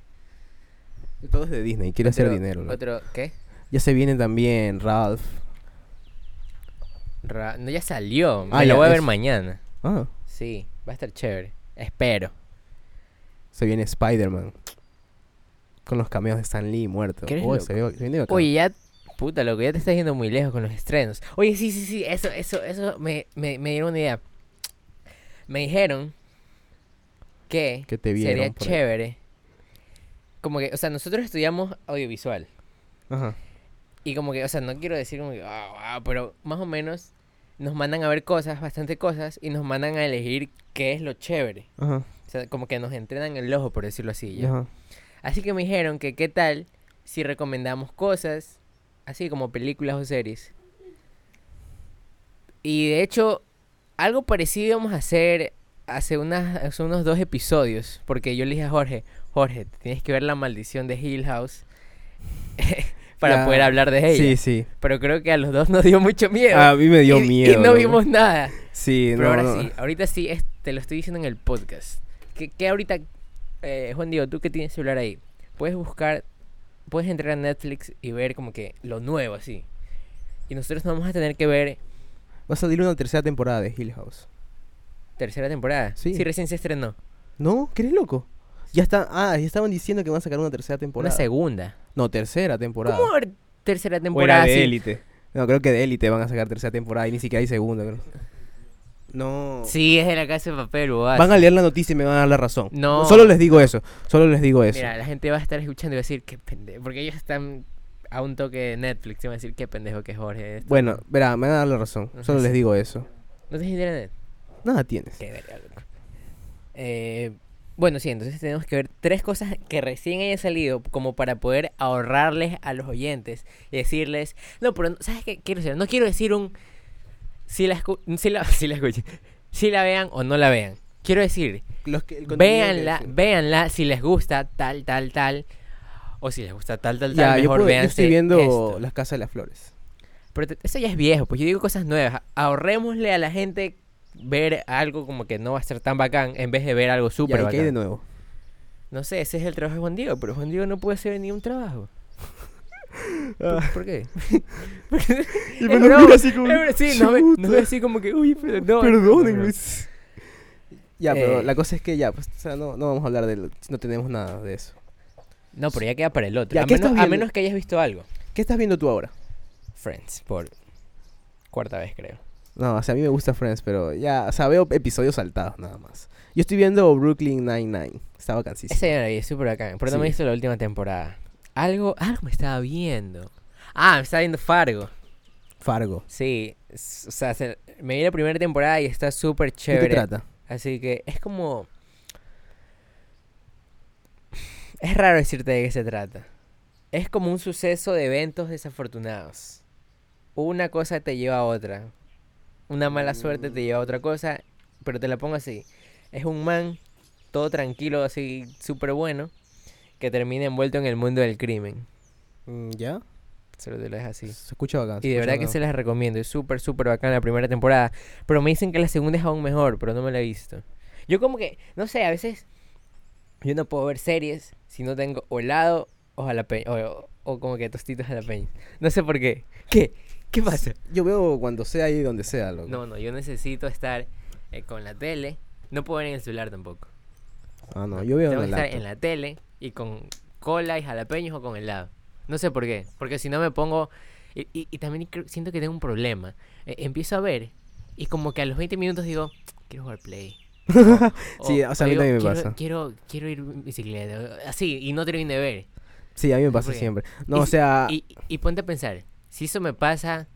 Speaker 2: Todo es de Disney, quiere hacer
Speaker 1: Otro-
Speaker 2: dinero. loco.
Speaker 1: Otro, ¿qué?
Speaker 2: Ya se viene también Ralph.
Speaker 1: Ra- no, ya salió. Me
Speaker 2: Ah,
Speaker 1: lo
Speaker 2: ya,
Speaker 1: voy a ver
Speaker 2: eso.
Speaker 1: mañana.
Speaker 2: Ah,
Speaker 1: Sí, va a estar chévere. Espero.
Speaker 2: se viene Spider-Man. Con los cameos de Stan Lee muerto.
Speaker 1: ¿Qué eres
Speaker 2: Uy,
Speaker 1: loco?
Speaker 2: se, ve- se viene bacán.
Speaker 1: Oye, ya, puta, loco, ya te estás yendo muy lejos con los estrenos. Oye, sí, sí, sí, eso, eso, eso, me, me, me dieron una idea. Me dijeron que,
Speaker 2: Que te
Speaker 1: sería
Speaker 2: vieron por ahí.
Speaker 1: chévere. Como que, o sea, nosotros estudiamos audiovisual.
Speaker 2: Ajá.
Speaker 1: Y como que, o sea, no quiero decir como que, "Ah, guau", pero más o menos nos mandan a ver cosas, bastante cosas, y nos mandan a elegir qué es lo chévere.
Speaker 2: Ajá.
Speaker 1: O sea, como que nos entrenan el ojo, por decirlo así. ¿ya?
Speaker 2: Ajá.
Speaker 1: Así que me dijeron que qué tal si recomendamos cosas, así como películas o series. Y de hecho, algo parecido íbamos a hacer hace, unas, hace unos dos episodios, porque yo le dije a Jorge, Jorge, tienes que ver La Maldición de Hill House para
Speaker 2: Ya.
Speaker 1: poder hablar de ella.
Speaker 2: Sí, sí.
Speaker 1: Pero creo que a los dos nos dio mucho miedo.
Speaker 2: A mí me dio
Speaker 1: y, y
Speaker 2: miedo.
Speaker 1: eh, no
Speaker 2: loco.
Speaker 1: vimos nada.
Speaker 2: Sí,
Speaker 1: Pero
Speaker 2: no,
Speaker 1: ahora
Speaker 2: no.
Speaker 1: sí, ahorita sí, es- te lo estoy diciendo en el podcast. Que, que ahorita, eh, Juan Diego, tú que tienes celular ahí, puedes buscar, puedes entrar a Netflix y ver como que lo nuevo así. Y nosotros no vamos a tener que ver
Speaker 2: Va a salir una tercera temporada de Hill House.
Speaker 1: tercera temporada.
Speaker 2: Sí.
Speaker 1: recién se estrenó.
Speaker 2: ¿No? ¿Qué eres loco? Ya está, ah, ya estaban diciendo que van a sacar una tercera temporada.
Speaker 1: Una segunda.
Speaker 2: No, tercera temporada.
Speaker 1: ¿Cómo ver tercera
Speaker 2: O era
Speaker 1: temporada?
Speaker 2: de
Speaker 1: sí?
Speaker 2: élite. No, creo que de élite van a sacar tercera temporada y ni siquiera hay segunda, creo. No.
Speaker 1: Sí, es de la casa de papel, bobazo.
Speaker 2: Van a leer la noticia y me van a dar la razón.
Speaker 1: No.
Speaker 2: Solo les digo eso. Solo les digo eso.
Speaker 1: Mira, la gente va a estar escuchando y va a decir, qué pendejo. Porque ellos están a un toque de Netflix y van a decir, qué pendejo que es Jorge. esto".
Speaker 2: Bueno, verá, me van a dar la razón.
Speaker 1: Ajá,
Speaker 2: Solo
Speaker 1: sí.
Speaker 2: les digo eso.
Speaker 1: ¿No tienes internet?
Speaker 2: Nada tienes.
Speaker 1: Qué verga, loco. Eh, bueno, sí, entonces tenemos que ver tres cosas que recién hayan salido como para poder ahorrarles a los oyentes y decirles, no, pero no- ¿sabes qué quiero decir? No quiero decir un si la, escu- si la, si la escuchen, si la vean o no la vean. Quiero decir,
Speaker 2: Los que- el contenido que
Speaker 1: véanla,
Speaker 2: decían.
Speaker 1: véanla si les gusta tal, tal, tal. O si les gusta tal, tal,
Speaker 2: Ya,
Speaker 1: tal,
Speaker 2: yo,
Speaker 1: mejor
Speaker 2: puedo- yo
Speaker 1: véanse
Speaker 2: estoy viendo
Speaker 1: esto.
Speaker 2: Las Casas de las Flores.
Speaker 1: Pero te- eso ya es viejo, pues yo digo cosas nuevas. Ahorrémosle a la gente ver algo como que no va a ser tan bacán en vez de ver algo súper
Speaker 2: ya, ¿y qué hay de
Speaker 1: bacán.
Speaker 2: nuevo?
Speaker 1: No sé, ese es el trabajo de Juan Diego, pero Juan Diego no puede hacer ni un trabajo. ¿Por, por qué?
Speaker 2: Y
Speaker 1: Es
Speaker 2: Ah. me lo
Speaker 1: broma,
Speaker 2: mira así como...
Speaker 1: es broma, sí, no ve, no ve
Speaker 2: "Chuta".
Speaker 1: así como que, uy, pero no, no, no,
Speaker 2: Perdónenme.
Speaker 1: no.
Speaker 2: Ya, pero
Speaker 1: Eh.
Speaker 2: la cosa es que ya, pues, o sea, no, no vamos a hablar de... lo- No tenemos nada de eso.
Speaker 1: No, pero ya queda para el otro.
Speaker 2: Ya,
Speaker 1: a,
Speaker 2: ¿qué estás
Speaker 1: menos, a
Speaker 2: viendo?
Speaker 1: menos que hayas visto algo.
Speaker 2: ¿Qué estás viendo tú ahora?
Speaker 1: Friends, por cuarta vez creo.
Speaker 2: No, o sea, a mí me gusta Friends, pero ya, o sea, veo episodios saltados nada más. Yo estoy viendo Brooklyn Nine-Nine. Está vacancísimo.
Speaker 1: Esa ya la vi, es súper bacán. Pero no me
Speaker 2: Sí.
Speaker 1: he visto la última temporada. Algo, algo me estaba viendo. Ah, me estaba viendo Fargo.
Speaker 2: Fargo.
Speaker 1: Sí, s- o sea, se- me vi la primera temporada y está súper
Speaker 2: ¿De qué
Speaker 1: chévere.
Speaker 2: trata?
Speaker 1: Así que es como... Es raro decirte de qué se trata. Es como un suceso de eventos desafortunados. Una cosa te lleva a otra. Una mala suerte te lleva a otra cosa. Pero te la pongo así. Es un man, todo tranquilo, así súper bueno, que termina envuelto en el mundo del crimen.
Speaker 2: Mm, ¿Ya?
Speaker 1: Solo te lo dejo así.
Speaker 2: Se escucha bacán.
Speaker 1: Y de verdad que se
Speaker 2: se...
Speaker 1: las recomiendo. Es súper, súper bacán la primera temporada. Pero me dicen que la segunda es aún mejor, pero no me la he visto. Yo como que, no sé, a veces yo no puedo ver series si no tengo o helado o jalapeño. O, o como que tostitos jalapeño. No sé por qué. ¿Qué? ¿Qué pasa?
Speaker 2: escucha- Yo veo cuando sea y donde sea, loco.
Speaker 1: No, no, yo necesito estar eh, con la tele. No puedo ver en el celular tampoco.
Speaker 2: Ah, no, yo veo
Speaker 1: Tengo
Speaker 2: en
Speaker 1: que
Speaker 2: el
Speaker 1: estar
Speaker 2: laptop.
Speaker 1: en la tele y con cola y jalapeños o con helado. No sé por qué. Porque si no me pongo... Y, y- y también creo- siento que tengo un problema. Eh, empiezo a ver y como que a los 20 minutos digo, quiero jugar play.
Speaker 2: Sí, o sea, a mí
Speaker 1: digo,
Speaker 2: también me
Speaker 1: "Quiero-
Speaker 2: pasa".
Speaker 1: Quiero, quiero ir en bicicleta. Así, y no termino de ver.
Speaker 2: Sí, a mí me pasa
Speaker 1: ¿Por qué?
Speaker 2: siempre.
Speaker 1: Y
Speaker 2: No, o
Speaker 1: si-
Speaker 2: sea...
Speaker 1: Y, y ponte a pensar, si eso me pasa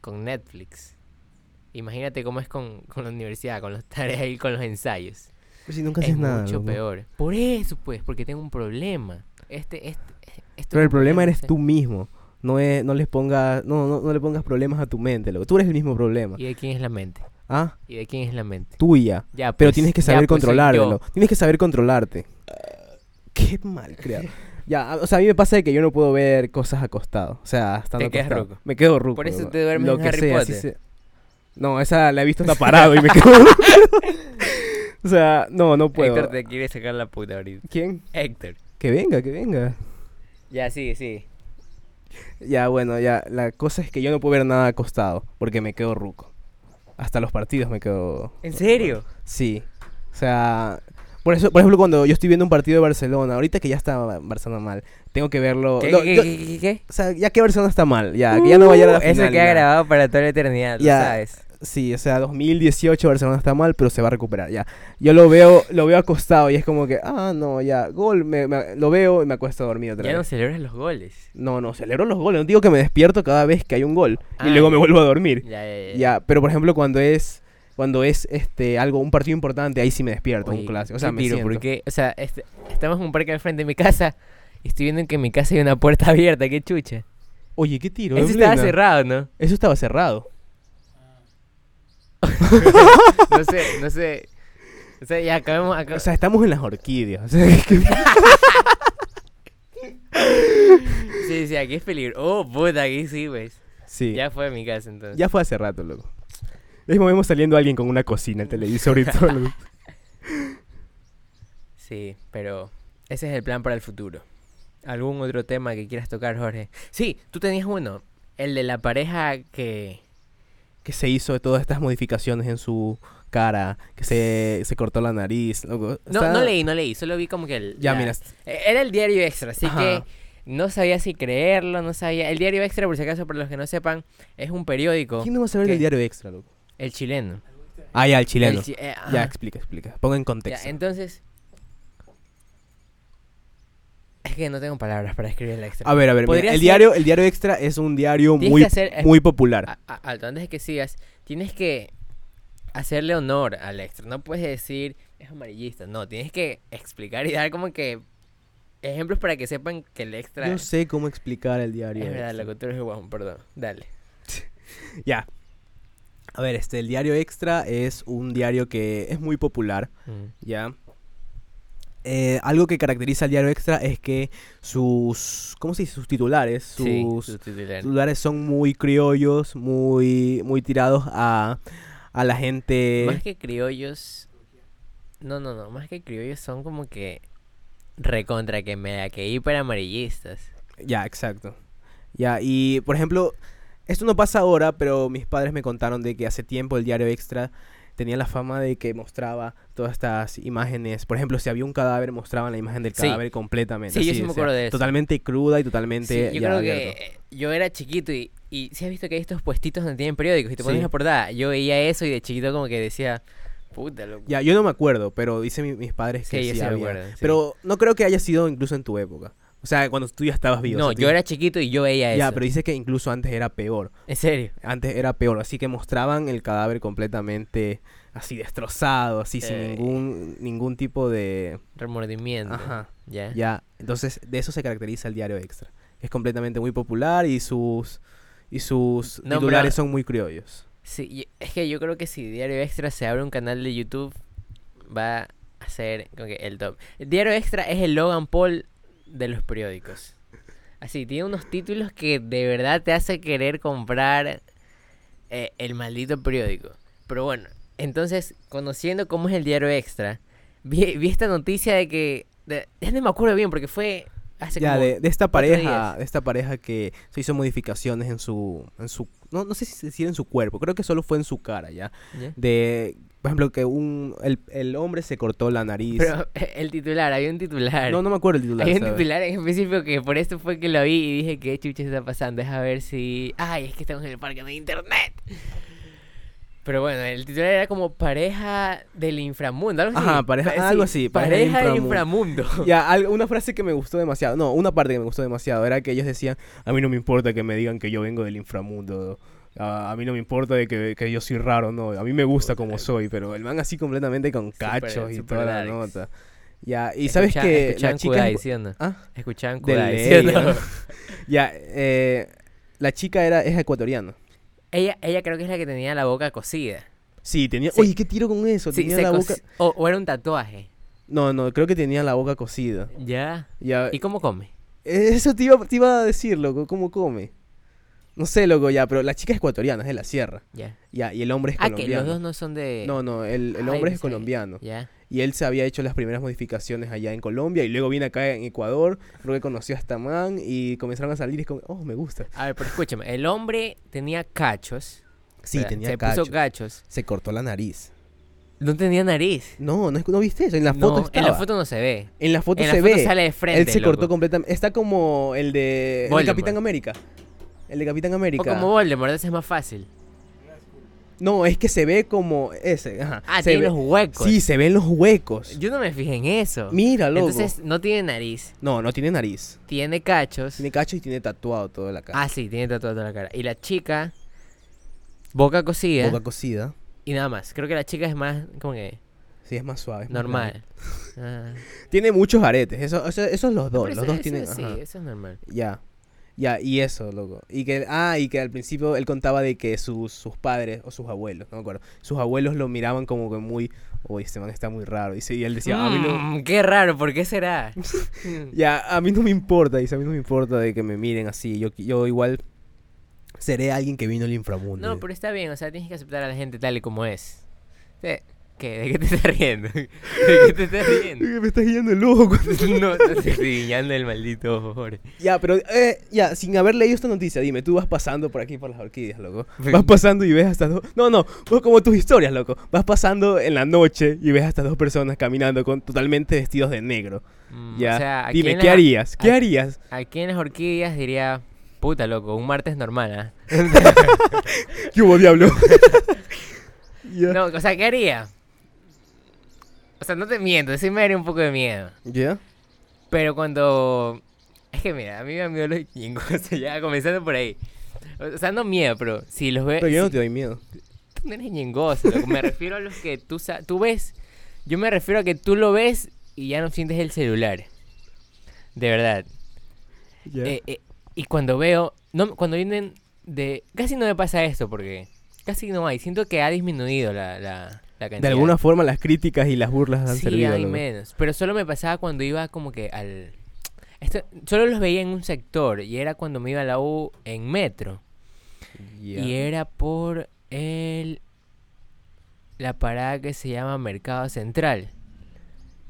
Speaker 1: con Netflix, imagínate cómo es con, con la universidad, con las tareas y con los ensayos
Speaker 2: Pues si nunca
Speaker 1: es
Speaker 2: haces nada.
Speaker 1: mucho
Speaker 2: loco.
Speaker 1: peor. Por eso, pues, porque tengo un problema. Este, este, este
Speaker 2: Pero el problema eres
Speaker 1: sí.
Speaker 2: tú mismo. No, es, no les pongas, no, no, no le pongas problemas a tu mente, loco. Tú eres el mismo problema.
Speaker 1: ¿Y de quién es la mente?
Speaker 2: Ah,
Speaker 1: ¿Y de quién es la mente?
Speaker 2: tuya.
Speaker 1: Ya,
Speaker 2: Pero
Speaker 1: pues,
Speaker 2: tienes que
Speaker 1: ya,
Speaker 2: saber
Speaker 1: pues, soy
Speaker 2: controlártelo.
Speaker 1: yo.
Speaker 2: Tienes que saber controlarte. Eh, Qué mal creado. Ya, a- o sea, a mí me pasa de que yo no puedo ver cosas acostado. O sea, estando
Speaker 1: Te quedas
Speaker 2: acostado.
Speaker 1: ruco.
Speaker 2: Me quedo ruco.
Speaker 1: Por eso
Speaker 2: loco.
Speaker 1: te duermes
Speaker 2: Lo
Speaker 1: en
Speaker 2: que
Speaker 1: Harry
Speaker 2: sea, así
Speaker 1: Potter.
Speaker 2: sea. No, esa la he visto hasta parado y me quedo ruco. o sea, no, no puedo.
Speaker 1: Héctor te quiere sacar la puta ahorita.
Speaker 2: ¿Quién?
Speaker 1: Héctor.
Speaker 2: Que venga, que venga.
Speaker 1: Ya, sí, sí.
Speaker 2: Ya, bueno, ya. La cosa es que yo no puedo ver nada acostado porque me quedo ruco. Hasta los partidos me quedo.
Speaker 1: ¿En serio?
Speaker 2: Sí. O sea, por eso, por ejemplo, cuando yo estoy viendo un partido de Barcelona, ahorita que ya está Ba- Barcelona mal, tengo que verlo.
Speaker 1: ¿Qué,
Speaker 2: no,
Speaker 1: qué,
Speaker 2: yo-
Speaker 1: qué, qué, qué, qué?
Speaker 2: o sea, ya que Barcelona está mal, ya, que ya no vaya a la
Speaker 1: Uh,
Speaker 2: final.
Speaker 1: Eso queda
Speaker 2: ya.
Speaker 1: grabado para toda la eternidad, lo
Speaker 2: Ya.
Speaker 1: sabes.
Speaker 2: Sí, o sea, 2018 Barcelona está mal, pero se va a recuperar, ya. Yo lo veo, lo veo acostado y es como que, ah, no, ya, gol, me- me- lo veo y me acuesto a dormir otra
Speaker 1: Ya no
Speaker 2: vez.
Speaker 1: celebras los goles.
Speaker 2: No, no, celebro los goles, no digo que me despierto cada vez que hay un gol
Speaker 1: Ah,
Speaker 2: y luego me
Speaker 1: ya.
Speaker 2: vuelvo a dormir.
Speaker 1: Ya, ya, ya.
Speaker 2: Ya, pero por ejemplo cuando es cuando es este algo un partido importante, ahí sí me despierto, un
Speaker 1: Oye,
Speaker 2: clásico, o
Speaker 1: qué
Speaker 2: sea, me
Speaker 1: tiro,
Speaker 2: siento.
Speaker 1: porque, o sea, este- estamos en un parque al frente de mi casa y estoy viendo que en mi casa hay una puerta abierta, qué chucha.
Speaker 2: Oye, qué tiro.
Speaker 1: Eso
Speaker 2: en
Speaker 1: estaba
Speaker 2: plena.
Speaker 1: cerrado, ¿no?
Speaker 2: Eso estaba cerrado.
Speaker 1: No sé, no sé. O sea, ya acabemos acá.
Speaker 2: O sea, estamos en las orquídeas. o sea, que-
Speaker 1: sí, sí, aquí es peligro. Oh, puta, aquí sí, pues.
Speaker 2: sí.
Speaker 1: Ya fue a mi casa entonces.
Speaker 2: Ya fue hace rato, loco. Mismo vemos saliendo alguien con una cocina, el televisor y todo. loco.
Speaker 1: Sí, pero ese es el plan para el futuro. ¿Algún otro tema que quieras tocar, Jorge? Sí, tú tenías uno. El de la pareja que...
Speaker 2: que se hizo de todas estas modificaciones en su cara, que se, se cortó la nariz. loco.
Speaker 1: No,
Speaker 2: Está-
Speaker 1: no leí, no leí, solo vi como que el...
Speaker 2: Ya,
Speaker 1: la-
Speaker 2: mira.
Speaker 1: Eh, Era el diario extra, así
Speaker 2: Ajá.
Speaker 1: que no sabía si creerlo, no sabía... El diario extra, por si acaso, para los que no sepan, es un periódico,
Speaker 2: ¿Quién no va a saber
Speaker 1: ¿Qué?
Speaker 2: del diario extra, loco?
Speaker 1: el chileno.
Speaker 2: Ah, ya, el chileno.
Speaker 1: El chi- eh, ajá.
Speaker 2: Ya, explica, explica. Ponga en
Speaker 1: Ya,
Speaker 2: contexto.
Speaker 1: entonces... Es que no tengo palabras para escribir el extra.
Speaker 2: A ver, a ver, mira,
Speaker 1: Podría
Speaker 2: el,
Speaker 1: ser-
Speaker 2: diario, el diario extra es un diario
Speaker 1: Tienes
Speaker 2: muy,
Speaker 1: que hacer- Ah,
Speaker 2: muy popular.
Speaker 1: A- a- Alto, antes de que sigas, tienes que hacerle honor al extra. No puedes decir, es amarillista. No, tienes que explicar y dar como que ejemplos para que sepan que el extra
Speaker 2: No sé cómo explicar el diario
Speaker 1: es verdad,
Speaker 2: extra.
Speaker 1: lo que tú eres guapo, perdón. Dale.
Speaker 2: Ya. A ver, este, el diario extra es un diario que es muy popular. Ya. Eh, algo que caracteriza al diario extra es que sus. ¿Cómo se dice? Sus titulares. Sus
Speaker 1: Sí, su titular.
Speaker 2: titulares son muy criollos, muy. muy tirados a. a la gente.
Speaker 1: Más que criollos. No, no, no. Más que criollos son como que recontra que me da que hiper amarillistas.
Speaker 2: Ya, exacto. Ya, y por ejemplo, esto no pasa ahora, pero mis padres me contaron de que hace tiempo el diario extra tenía la fama de que mostraba todas estas imágenes. Por ejemplo, si había un cadáver, mostraban la imagen del
Speaker 1: Sí.
Speaker 2: cadáver completamente.
Speaker 1: Sí, yo
Speaker 2: así,
Speaker 1: sí me
Speaker 2: o sea,
Speaker 1: acuerdo de eso.
Speaker 2: Totalmente cruda y totalmente.
Speaker 1: Sí, yo
Speaker 2: ya
Speaker 1: creo
Speaker 2: abierto.
Speaker 1: que eh, yo era chiquito y, y si has visto que hay estos puestitos donde tienen periódicos y te pones
Speaker 2: Sí.
Speaker 1: la portada. Yo veía eso y de chiquito como que decía, puta loco.
Speaker 2: Ya, yo no me acuerdo, pero dicen mi- mis padres que
Speaker 1: Sí, yo
Speaker 2: sí
Speaker 1: sí me
Speaker 2: había.
Speaker 1: acuerdo, sí.
Speaker 2: Pero no creo que haya sido incluso en tu época. O sea, cuando tú ya estabas vivo. o
Speaker 1: no,
Speaker 2: sea, tú-
Speaker 1: yo era chiquito y yo veía eso.
Speaker 2: Ya, pero dice que incluso antes era peor.
Speaker 1: En serio.
Speaker 2: Antes era peor, así que mostraban el cadáver completamente así destrozado, así sin
Speaker 1: Eh.
Speaker 2: ningún ningún tipo de
Speaker 1: Remordimiento.
Speaker 2: ajá,
Speaker 1: Ya.
Speaker 2: ya. Entonces, de eso se caracteriza el diario Extra. Es completamente muy popular y sus y sus
Speaker 1: No, pero-
Speaker 2: titulares son muy criollos.
Speaker 1: Sí, y- es que yo creo que si Diario Extra se abre un canal de YouTube, va a ser como que el top. El Diario Extra es el Logan Paul de los periódicos. Así, tiene unos títulos que de verdad te hace querer comprar eh, el maldito periódico. Pero bueno, entonces, conociendo cómo es el Diario Extra, vi, vi esta noticia de que... de- ya no me acuerdo bien porque fue hace
Speaker 2: Ya
Speaker 1: como...
Speaker 2: de, de esta
Speaker 1: cuatro
Speaker 2: pareja,
Speaker 1: días.
Speaker 2: de esta pareja que se hizo modificaciones en su en su no no sé si decir en su cuerpo, creo que solo fue en su cara, ya.
Speaker 1: ¿Ya?
Speaker 2: De por ejemplo que un el, el hombre se cortó la nariz.
Speaker 1: Pero el titular, había un titular.
Speaker 2: no, no me acuerdo el titular.
Speaker 1: Hay un
Speaker 2: ¿sabes?
Speaker 1: titular en específico que por esto fue que lo vi y dije, ¿qué chucha está pasando? Es a ver si... Ay, es que estamos en el parque, no hay internet. Pero bueno, el titular era como pareja del inframundo, algo así.
Speaker 2: Ajá, pareja-
Speaker 1: Pa-
Speaker 2: algo así, pareja del
Speaker 1: Pareja, del inframundo.
Speaker 2: Ya, algo- una frase que me gustó demasiado, no, una parte que me gustó demasiado era que ellos decían, a mí no me importa que me digan que yo vengo del inframundo, a, a mí no me importa de que, que yo soy raro, no, a mí me gusta como soy, pero el man así completamente con
Speaker 1: Súper-
Speaker 2: cachos y
Speaker 1: súper
Speaker 2: toda la
Speaker 1: darks.
Speaker 2: nota. Ya, y sabes
Speaker 1: Escucha-
Speaker 2: que
Speaker 1: Escuchaban
Speaker 2: la chica...
Speaker 1: Kudai,
Speaker 2: es-
Speaker 1: ¿sí o no?
Speaker 2: Ah,
Speaker 1: Escuchaban
Speaker 2: de
Speaker 1: Kudai,
Speaker 2: ley,
Speaker 1: ¿sí o no?
Speaker 2: ¿no? ya, eh, la chica era, es ecuatoriana.
Speaker 1: ella, ella creo que es la que tenía la boca cocida.
Speaker 2: Sí, tenía...
Speaker 1: Sí.
Speaker 2: Oye, ¿qué tiro con eso?
Speaker 1: Sí,
Speaker 2: Tenía
Speaker 1: se
Speaker 2: la
Speaker 1: co-
Speaker 2: boca...
Speaker 1: O, o era un tatuaje.
Speaker 2: No, no, creo que tenía la boca cocida.
Speaker 1: Ya.
Speaker 2: Ya,
Speaker 1: ¿Y cómo come?
Speaker 2: Eso te iba, te iba a decir, loco, ¿cómo come? No sé, loco, ya, pero la chica es ecuatoriana, es de la sierra.
Speaker 1: Ya.
Speaker 2: Ya, y el hombre es
Speaker 1: Ah, que
Speaker 2: colombiano.
Speaker 1: los dos no son de...
Speaker 2: No, no, el, el
Speaker 1: Ay,
Speaker 2: hombre
Speaker 1: no
Speaker 2: es
Speaker 1: sabía.
Speaker 2: colombiano.
Speaker 1: Ya.
Speaker 2: Y él se había hecho las primeras modificaciones allá en Colombia y luego viene acá en Ecuador, luego conoció a esta man y comenzaron a salir y es como, oh, me gusta.
Speaker 1: A ver, pero escúchame, el hombre tenía cachos.
Speaker 2: Sí,
Speaker 1: ¿verdad?
Speaker 2: tenía
Speaker 1: se
Speaker 2: cacho.
Speaker 1: puso cachos.
Speaker 2: Se cortó la nariz.
Speaker 1: No tenía nariz.
Speaker 2: No, no, es- ¿no viste eso, en la foto
Speaker 1: No,
Speaker 2: estaba.
Speaker 1: en la foto no se ve.
Speaker 2: En la foto
Speaker 1: en la
Speaker 2: se
Speaker 1: foto
Speaker 2: ve.
Speaker 1: sale de frente.
Speaker 2: él se cortó
Speaker 1: loco.
Speaker 2: completamente. Está como el de el de
Speaker 1: Voldemort.
Speaker 2: Capitán América. El de Capitán América.
Speaker 1: O como Voldemort, ese es más fácil.
Speaker 2: No, es que se ve como ese. Ajá.
Speaker 1: Ah,
Speaker 2: se
Speaker 1: tiene
Speaker 2: ve-
Speaker 1: los huecos.
Speaker 2: Sí, se ven los huecos.
Speaker 1: Yo no me fijé en eso.
Speaker 2: Mira, loco.
Speaker 1: Entonces no tiene nariz,
Speaker 2: No, no tiene nariz.
Speaker 1: tiene cachos.
Speaker 2: Tiene cacho y tiene tatuado toda la cara.
Speaker 1: Ah, sí, tiene tatuado toda la cara. Y la chica, boca cocida
Speaker 2: Boca cocida.
Speaker 1: y nada más. Creo que la chica es más como que
Speaker 2: Sí, es más suave. es más
Speaker 1: normal. Ah.
Speaker 2: blanca. Tiene muchos aretes. Eso, eso- esos los dos.
Speaker 1: Pero
Speaker 2: Los
Speaker 1: eso-
Speaker 2: dos
Speaker 1: eso
Speaker 2: tienen.
Speaker 1: Sí,
Speaker 2: ajá.
Speaker 1: eso es normal.
Speaker 2: Ya. Ya, y eso, loco. Y que, ah, y que al principio él contaba de que sus, sus padres o sus abuelos, no me acuerdo, sus abuelos lo miraban como que muy, uy, este man está muy raro. Dice, y él decía, "Ah, a mí no,
Speaker 1: Mm, Qué raro, ¿por qué será?
Speaker 2: ya, a mí no me importa, dice, a mí no me importa de que me miren así. Yo, yo igual seré alguien que vino al inframundo.
Speaker 1: no,
Speaker 2: dice.
Speaker 1: pero está bien, o sea, tienes que aceptar a la gente tal y como es. ¿De qué, ¿De qué te estás riendo? ¿De qué te estás riendo?
Speaker 2: Me estás guiando el ojo.
Speaker 1: No, te estoy guiñando el maldito ojo, pobre.
Speaker 2: ya, pero, eh, ya, sin haber leído esta noticia, dime, tú vas pasando por aquí por las orquídeas, loco.
Speaker 1: Pero-
Speaker 2: Vas pasando y ves hasta dos. No, no, vos como tus historias, loco. Vas pasando en la noche y ves hasta dos personas caminando con totalmente vestidos de negro.
Speaker 1: Mm,
Speaker 2: Ya.
Speaker 1: O sea, aquí
Speaker 2: Dime,
Speaker 1: en
Speaker 2: ¿qué
Speaker 1: la-
Speaker 2: harías? ¿Qué
Speaker 1: a-
Speaker 2: harías?
Speaker 1: Aquí en las orquídeas diría, puta loco, un martes normal, ¿ah?".
Speaker 2: ¿Qué hubo, diablo? Ya.
Speaker 1: No, o sea, ¿qué haría? O sea, no te miento, sí me haría un poco de miedo.
Speaker 2: ¿Ya?
Speaker 1: Pero cuando... Es que mira, a mí me han miedo los chingos, o sea, ya comenzando por ahí. O sea, no miedo, pero si los veo...
Speaker 2: Pero yo no te doy miedo.
Speaker 1: Tú no eres ñengoso, loco. Me refiero a los que tú, sa- tú ves. Yo me refiero a que tú lo ves y ya no sientes el celular. De verdad.
Speaker 2: Ya.
Speaker 1: Eh, eh, y cuando veo. No, cuando vienen de. Casi no me pasa esto porque. Casi no hay. Siento que ha disminuido la, la, la cantidad.
Speaker 2: de alguna forma, las críticas y las burlas han
Speaker 1: Sí,
Speaker 2: servido.
Speaker 1: hay
Speaker 2: loco.
Speaker 1: menos. Pero solo me pasaba cuando iba como que al. Esto, solo los veía en un sector y era cuando me iba a la U en metro.
Speaker 2: Ya.
Speaker 1: Y era por el la parada que se llama Mercado Central.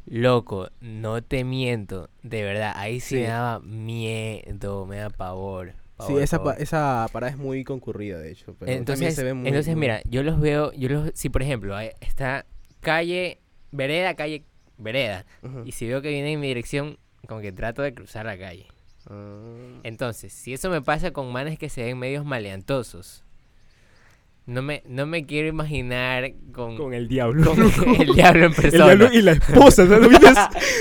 Speaker 1: Loco, no te miento, de verdad, ahí sí, me
Speaker 2: Sí.
Speaker 1: daba miedo, me da pavor.
Speaker 2: Sí,
Speaker 1: pavor,
Speaker 2: esa, pa-
Speaker 1: pavor.
Speaker 2: esa parada es muy concurrida, de hecho. pero también
Speaker 1: entonces,
Speaker 2: se ve muy-
Speaker 1: entonces
Speaker 2: muy-
Speaker 1: mira, yo los veo, yo los, si por ejemplo eh, está calle, vereda, calle, vereda,
Speaker 2: Ujú.
Speaker 1: y si veo que viene en mi dirección, como que trato de cruzar la calle.
Speaker 2: Ah.
Speaker 1: Entonces, si eso me pasa con manes que se ven medios maleantosos, no me, no me quiero imaginar con,
Speaker 2: Con
Speaker 1: con
Speaker 2: el diablo.
Speaker 1: el, diablo en
Speaker 2: El
Speaker 1: persona.
Speaker 2: diablo y la esposa, o sea, no, viene,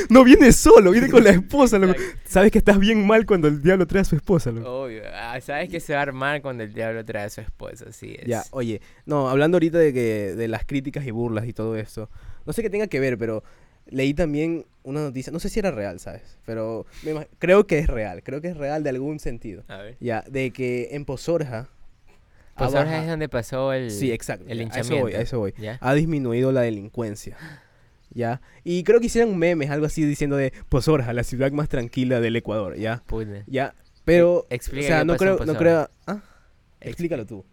Speaker 2: no viene solo, viene con la esposa. loco. Sabes que estás bien mal cuando el diablo trae a su esposa. loco.
Speaker 1: Obvio, ah, sabes que se va a armar cuando el diablo trae a su esposa, así es.
Speaker 2: Ya, oye, no, hablando ahorita de que de las críticas y burlas y todo eso, no sé qué tenga que ver, pero leí también una noticia, no sé si era real, ¿sabes? Pero me ima- creo que es real, creo que es real de algún sentido.
Speaker 1: A ver.
Speaker 2: Ya, de que en Pozorja... ha
Speaker 1: Pues ahora
Speaker 2: Ah, baja-
Speaker 1: es donde pasó el,
Speaker 2: Sí, exacto.
Speaker 1: el
Speaker 2: ya, a eso
Speaker 1: hinchamiento.
Speaker 2: voy, a eso voy.
Speaker 1: ¿Ya?
Speaker 2: Ha disminuido la delincuencia. ¿Ya? Y creo que hicieron memes, algo así, diciendo de Pozorja, la ciudad más tranquila del Ecuador, ¿ya?
Speaker 1: Puta.
Speaker 2: Ya, pero...
Speaker 1: E, Explica
Speaker 2: o sea,
Speaker 1: qué
Speaker 2: no
Speaker 1: pasó en
Speaker 2: creo... No
Speaker 1: Pozorja.
Speaker 2: creo ¿ah? Explícalo tú.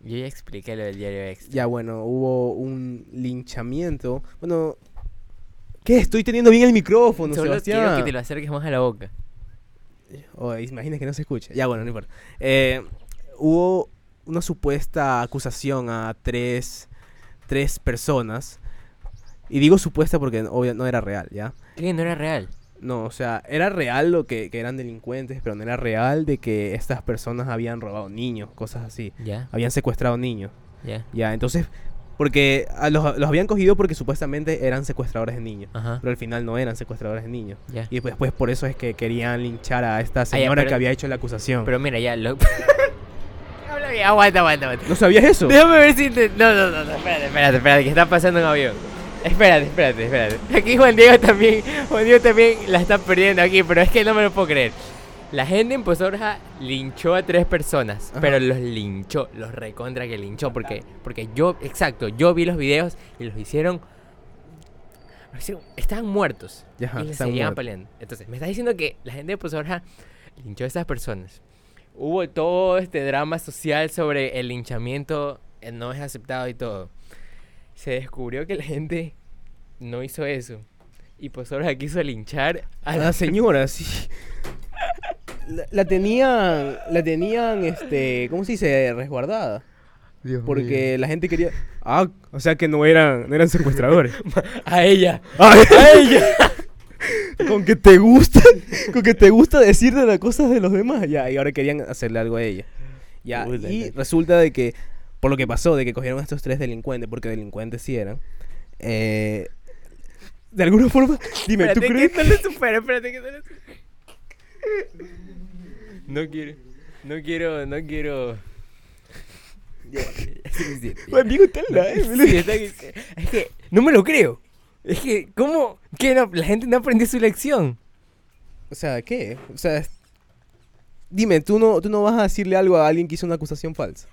Speaker 1: Yo ya expliqué lo del diario extra.
Speaker 2: Ya, bueno, hubo un linchamiento. Bueno, ¿qué? Estoy teniendo bien el micrófono,
Speaker 1: Solo quiero que
Speaker 2: Sebastián.
Speaker 1: te lo acerques más a la boca.
Speaker 2: Oh, imagina que no se escucha. Ya, bueno, no importa. Eh, hubo una supuesta acusación a tres, tres personas. Y digo supuesta porque obvio no era real, ¿ya?
Speaker 1: Que no era real.
Speaker 2: No, o sea, era real lo que, que eran delincuentes, pero no era real de que estas personas habían robado niños, cosas así.
Speaker 1: Ya,
Speaker 2: Habían secuestrado niños.
Speaker 1: ya.
Speaker 2: Ya, entonces, porque a los, los habían cogido porque supuestamente eran secuestradores de niños.
Speaker 1: Ajá.
Speaker 2: Pero al final no eran secuestradores de niños.
Speaker 1: Ya.
Speaker 2: Y pues- después por eso es que querían linchar a esta
Speaker 1: ya,
Speaker 2: señora
Speaker 1: pero-
Speaker 2: que había hecho la acusación.
Speaker 1: Pero mira, ya lo. Habla bien, aguanta, aguanta, aguanta.
Speaker 2: ¿No sabías eso?
Speaker 1: Déjame ver si te... No, no, no, no, espérate, espérate, espérate, que está pasando un avión. Espérate, espérate, espérate. Aquí Juan Diego también, Juan Diego también la está perdiendo aquí, pero es que no me lo puedo creer. La gente en Pozorja linchó a tres personas,
Speaker 2: Ajá.
Speaker 1: pero los linchó, los recontra que linchó, porque, porque yo, exacto, yo vi los videos y los hicieron... los hicieron- Estaban muertos
Speaker 2: Ya, ajá,
Speaker 1: y les
Speaker 2: estaban
Speaker 1: seguían
Speaker 2: muertos.
Speaker 1: peleando. Entonces, me está diciendo que la gente de Pozorja linchó a esas personas. Hubo todo este drama social sobre el linchamiento, el no es aceptado y todo. Se descubrió que la gente no hizo eso. Y Pozorja quiso linchar a
Speaker 2: A
Speaker 1: la
Speaker 2: la señora, sí. La, la tenían, la tenían, este, ¿cómo se dice? Resguardada. Porque la gente quería... Ah, o sea que no eran, no eran secuestradores.
Speaker 1: a ella.
Speaker 2: ¡Ay, ella! con que te gusta, con que te gusta decirle las cosas de los demás. Ya, y ahora querían hacerle algo a ella. Ya,
Speaker 1: Puta,
Speaker 2: y
Speaker 1: loco.
Speaker 2: resulta de que por lo que pasó, de que cogieron a estos tres delincuentes, porque delincuentes sí eran. eh, de alguna forma, dime, ¿tú
Speaker 1: Espérate
Speaker 2: crees?
Speaker 1: que no le supere, espérate que no le supere. No quiero, no quiero, no quiero. Ya, es suficiente, ya.
Speaker 2: Bueno, digo, tal,
Speaker 1: No,
Speaker 2: ¿eh?
Speaker 1: sí, está que- es que no me lo creo. Es que, ¿cómo? ¿Qué? No, la gente no aprendió su lección.
Speaker 2: O sea, ¿qué? O sea, es- dime, ¿tú no, tú no vas a decirle algo a alguien que hizo una acusación falsa.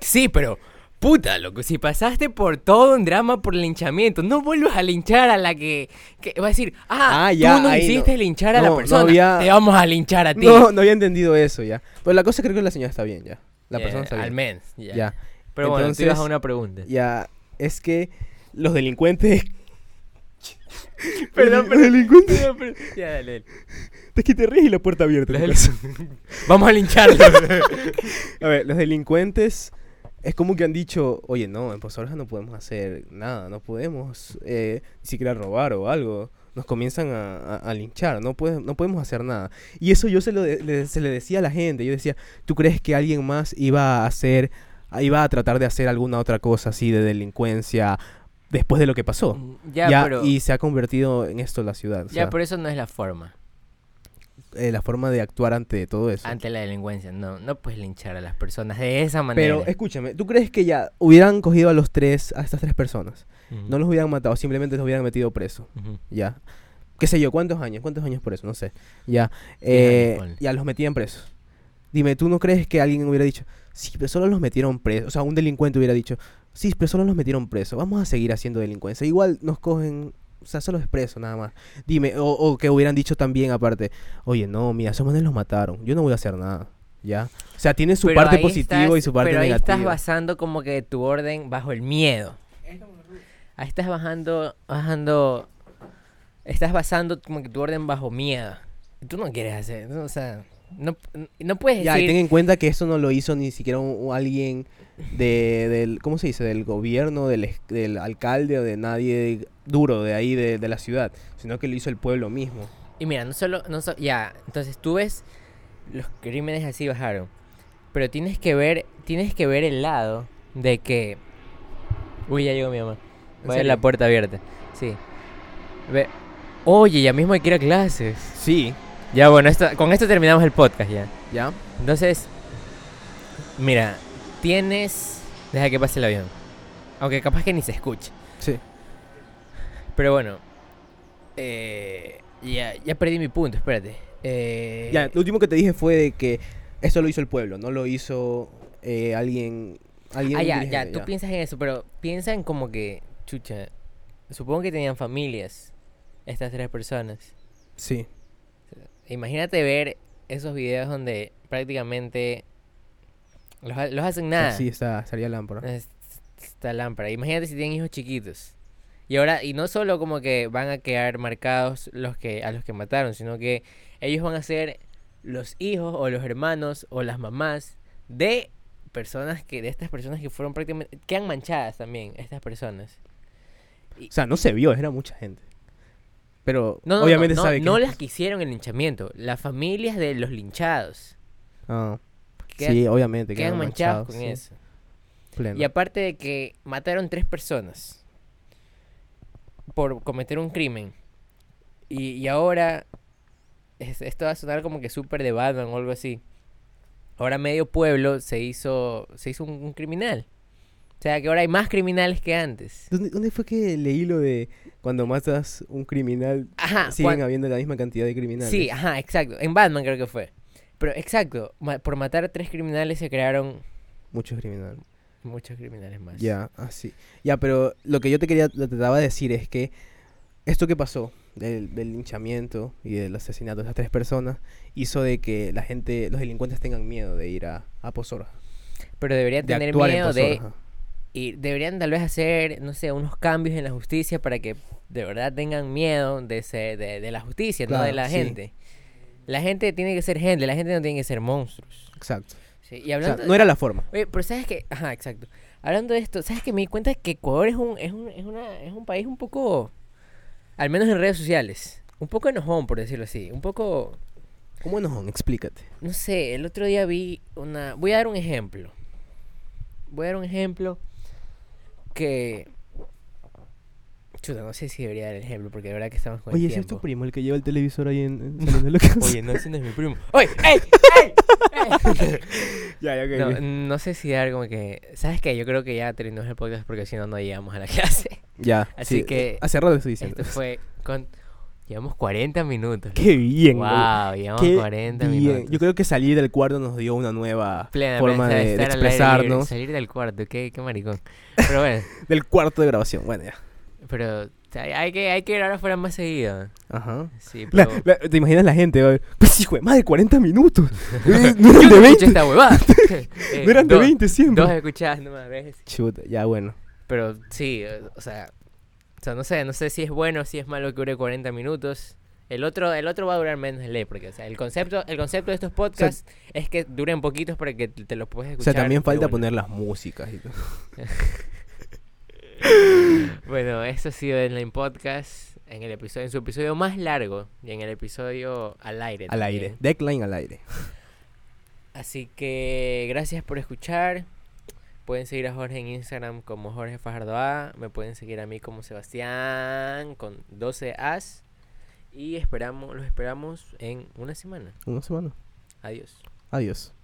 Speaker 1: Sí, pero, puta, loco, si pasaste por todo un drama por linchamiento, no vuelvas a linchar a la que, que va a decir, ah,
Speaker 2: Ah, ya,
Speaker 1: tú no
Speaker 2: ahí
Speaker 1: hiciste
Speaker 2: no.
Speaker 1: linchar a
Speaker 2: No,
Speaker 1: la
Speaker 2: no
Speaker 1: persona,
Speaker 2: había-
Speaker 1: te vamos a linchar a ti.
Speaker 2: No, no había entendido eso ya. Pero la cosa es que creo que la señora está bien ya. La
Speaker 1: Eh,
Speaker 2: persona está bien.
Speaker 1: Al menos, ya.
Speaker 2: Ya.
Speaker 1: Pero bueno, tú
Speaker 2: Entonces-
Speaker 1: ibas a una pregunta.
Speaker 2: Ya, es que los delincuentes.
Speaker 1: Perdón,
Speaker 2: Los
Speaker 1: perdón.
Speaker 2: delincuentes.
Speaker 1: Perdón, perdón. Ya, dale, dale.
Speaker 2: Es que te ríes y la puerta abierta.
Speaker 1: Los
Speaker 2: Nicolás.
Speaker 1: del- Vamos a lincharlo.
Speaker 2: A ver, los delincuentes es como que han dicho, oye, no, en Pozorja no podemos hacer nada, no podemos eh, ni siquiera robar o algo. Nos comienzan a, a- a linchar, no, puede- no podemos hacer nada. Y eso yo se lo de- le, se le decía a la gente, yo decía, ¿tú crees que alguien más iba a hacer, iba a tratar de hacer alguna otra cosa así de delincuencia después de lo que pasó?
Speaker 1: ya,
Speaker 2: Ya,
Speaker 1: pero,
Speaker 2: Y se ha convertido en esto la ciudad. o
Speaker 1: ya,
Speaker 2: sea,
Speaker 1: pero eso no es la forma.
Speaker 2: eh, la forma de actuar ante todo eso.
Speaker 1: Ante la delincuencia, no, no puedes linchar a las personas de esa manera.
Speaker 2: Pero escúchame, ¿tú crees que ya hubieran cogido a los tres, a estas tres personas? No los hubieran matado, simplemente los hubieran metido preso.
Speaker 1: Ujú.
Speaker 2: Ya. ¿Qué sé yo? ¿Cuántos años? ¿Cuántos años por eso? No sé. Ya.
Speaker 1: Diez
Speaker 2: Eh,
Speaker 1: años, ponle.
Speaker 2: ya los metían presos. Dime, ¿tú no crees que alguien hubiera dicho, sí, pero solo los metieron presos? O sea, un delincuente hubiera dicho, sí, pero solo los metieron presos. Vamos a seguir haciendo delincuencia. Igual nos cogen, o sea, solo es preso nada más. Dime, o, o que hubieran dicho también aparte, oye, no, mira, esos manes los mataron. Yo no voy a hacer nada. Ya. O sea, tiene su
Speaker 1: Pero
Speaker 2: parte
Speaker 1: ahí
Speaker 2: positiva y
Speaker 1: estás-
Speaker 2: su parte
Speaker 1: pero
Speaker 2: negativa.
Speaker 1: Ahí estás basando como que tu orden bajo el miedo. Ahí estás bajando, bajando, estás basando como que tu orden bajo miedo. Y Tú no quieres hacer, no, o sea, no, no puedes
Speaker 2: Ya, y
Speaker 1: decir.
Speaker 2: ten en cuenta que eso no lo hizo ni siquiera un- un alguien de, del, ¿cómo se dice? Del gobierno, del, es- del alcalde o de nadie duro de ahí, de, de la ciudad, sino que lo hizo el pueblo mismo.
Speaker 1: Y mira, no solo, no so- ya, entonces tú ves los crímenes así bajaron, pero tienes que ver, tienes que ver el lado de que, uy, ya llegó mi mamá,
Speaker 2: ¿En
Speaker 1: voy a ver la
Speaker 2: serio?
Speaker 1: puerta abierta, sí. Ve- Oye, ya mismo hay que ir a clases.
Speaker 2: Sí,
Speaker 1: Ya bueno, esto, con esto terminamos el podcast ya.
Speaker 2: ¿ya?
Speaker 1: Entonces, mira, tienes, deja que pase el avión, aunque capaz que ni se escuche.
Speaker 2: Sí.
Speaker 1: Pero bueno, eh, ya, ya perdí mi punto, espérate. Eh,
Speaker 2: Ya, lo último que te dije fue de que eso lo hizo el pueblo, no lo hizo eh, alguien... alguien
Speaker 1: ah,
Speaker 2: un
Speaker 1: ya, ya,
Speaker 2: dirigente,
Speaker 1: tú piensas en eso, pero piensa en como que, chucha, supongo que tenían familias estas tres personas. E
Speaker 2: Sí,
Speaker 1: Imagínate ver esos videos donde prácticamente los, ha- los hacen nada.
Speaker 2: así está, estaría lámpara.
Speaker 1: Es- Esta lámpara. Imagínate si tienen hijos chiquitos. Y ahora, y no solo como que van a quedar marcados los que, a los que mataron, sino que ellos van a ser los hijos o los hermanos o las mamás de personas que, de estas personas que fueron prácticamente, quedan manchadas también, estas personas.
Speaker 2: O sea, no se vio, era mucha gente. Pero
Speaker 1: No, no,
Speaker 2: obviamente
Speaker 1: no, no,
Speaker 2: sabe que...
Speaker 1: no las que hicieron el linchamiento, las familias de los linchados.
Speaker 2: Ah,
Speaker 1: Quedan,
Speaker 2: sí, obviamente.
Speaker 1: quedan
Speaker 2: quedaron
Speaker 1: manchados con
Speaker 2: sí,
Speaker 1: eso.
Speaker 2: pleno.
Speaker 1: Y aparte de que mataron tres personas por cometer un crimen. Y, y ahora, es- esto va a sonar como que súper de Batman o algo así. Ahora medio pueblo se hizo, se hizo un, un criminal. O sea que ahora hay más criminales que antes.
Speaker 2: ¿Dónde, dónde fue que leí lo de cuando matas un criminal
Speaker 1: Ajá,
Speaker 2: siguen
Speaker 1: Ah, cuan-
Speaker 2: habiendo la misma cantidad de criminales?
Speaker 1: sí, ajá, exacto. En Batman creo que fue. Pero exacto, ma- por matar a tres criminales se crearon
Speaker 2: Muchos criminales.
Speaker 1: muchos criminales más.
Speaker 2: Ya, así. Ya, pero lo que yo te quería, lo que trataba de decir es que esto que pasó del, del linchamiento y del asesinato de esas tres personas hizo de que la gente, los delincuentes tengan miedo de ir a, a Pozorja.
Speaker 1: Pero deberían
Speaker 2: De
Speaker 1: tener
Speaker 2: actuar en
Speaker 1: miedo de
Speaker 2: Pozorja.
Speaker 1: Y deberían tal vez hacer, no sé, unos cambios en la justicia para que de verdad tengan miedo de, ser, de, de la justicia, no de
Speaker 2: Claro,
Speaker 1: la
Speaker 2: sí.
Speaker 1: gente. La gente tiene que ser gente, la gente no tiene que ser monstruos.
Speaker 2: Exacto.
Speaker 1: Sí, Y
Speaker 2: O sea,
Speaker 1: hablando...
Speaker 2: no era la forma.
Speaker 1: Oye, pero sabes que... Ajá, exacto. Hablando de esto, ¿sabes que Me di cuenta que Ecuador es un, es, un, es, una- es un país un poco... Al menos en redes sociales. Un poco enojón, por decirlo así. Un poco...
Speaker 2: ¿Cómo enojón? Explícate.
Speaker 1: No sé, el otro día vi una... Voy a dar un ejemplo. voy a dar un ejemplo que... Chuta, no sé si debería dar el ejemplo, porque de verdad que estamos con
Speaker 2: Oye,
Speaker 1: el
Speaker 2: ese es
Speaker 1: tiempo.
Speaker 2: tu primo el que lleva el televisor ahí en, en saliendo de la casa?
Speaker 1: Oye, no, ese no es mi primo. ¡Oye! ¡Ey! ¡Ey!
Speaker 2: ya, ya, ok,
Speaker 1: No,
Speaker 2: ok.
Speaker 1: no sé si dar como que... ¿Sabes qué? Yo creo que ya terminamos el podcast porque si no, no llegamos a la clase.
Speaker 2: Ya.
Speaker 1: Así que-
Speaker 2: Hace rato estoy diciendo.
Speaker 1: Esto fue con... Llevamos 40 minutos.
Speaker 2: Qué bien, güey.
Speaker 1: wow, llevamos
Speaker 2: Qué
Speaker 1: 40
Speaker 2: bien.
Speaker 1: minutos.
Speaker 2: Yo creo que salir del cuarto nos dio una nueva
Speaker 1: Plena,
Speaker 2: forma
Speaker 1: plena,
Speaker 2: de, de
Speaker 1: estar al aire libre,
Speaker 2: expresarnos.
Speaker 1: salir del cuarto, qué, qué maricón. Pero bueno,
Speaker 2: Del cuarto de grabación, bueno, ya.
Speaker 1: pero o sea, hay que, hay que grabar afuera más seguido.
Speaker 2: Ajá.
Speaker 1: Sí,
Speaker 2: La-
Speaker 1: pero...
Speaker 2: la- ¿Te imaginas la gente? güey? Pues hijo de madre, 40 minutos. Eh, no
Speaker 1: Yo
Speaker 2: eran de
Speaker 1: no
Speaker 2: 20,
Speaker 1: escuché esta huevada. Eh,
Speaker 2: no eran de
Speaker 1: dos-
Speaker 2: 20 siempre.
Speaker 1: Dos escuchadas nomás, ¿ves?
Speaker 2: Chuta, ya bueno.
Speaker 1: Pero sí, eh, o sea, o sea, no sé, no sé si es bueno, si es malo que dure 40 minutos. El otro, el otro va a durar menos, le, porque o sea, el concepto, el concepto de estos podcasts es que duren poquitos para que te te los puedas
Speaker 2: O
Speaker 1: escuchar.
Speaker 2: sea, también
Speaker 1: de
Speaker 2: falta
Speaker 1: una.
Speaker 2: poner las músicas y todo.
Speaker 1: Bueno, esto ha sido el Line Podcast en el episodio, en su episodio más largo y en el episodio al aire.
Speaker 2: Al
Speaker 1: también.
Speaker 2: aire. Deckline al aire.
Speaker 1: Así que gracias por escuchar. Pueden seguir a Jorge en Instagram como Jorge Fajardo A. Me pueden seguir a mí como Sebastián con 12 As. Y esperamos, los esperamos en una semana.
Speaker 2: Una semana.
Speaker 1: Adiós.
Speaker 2: Adiós.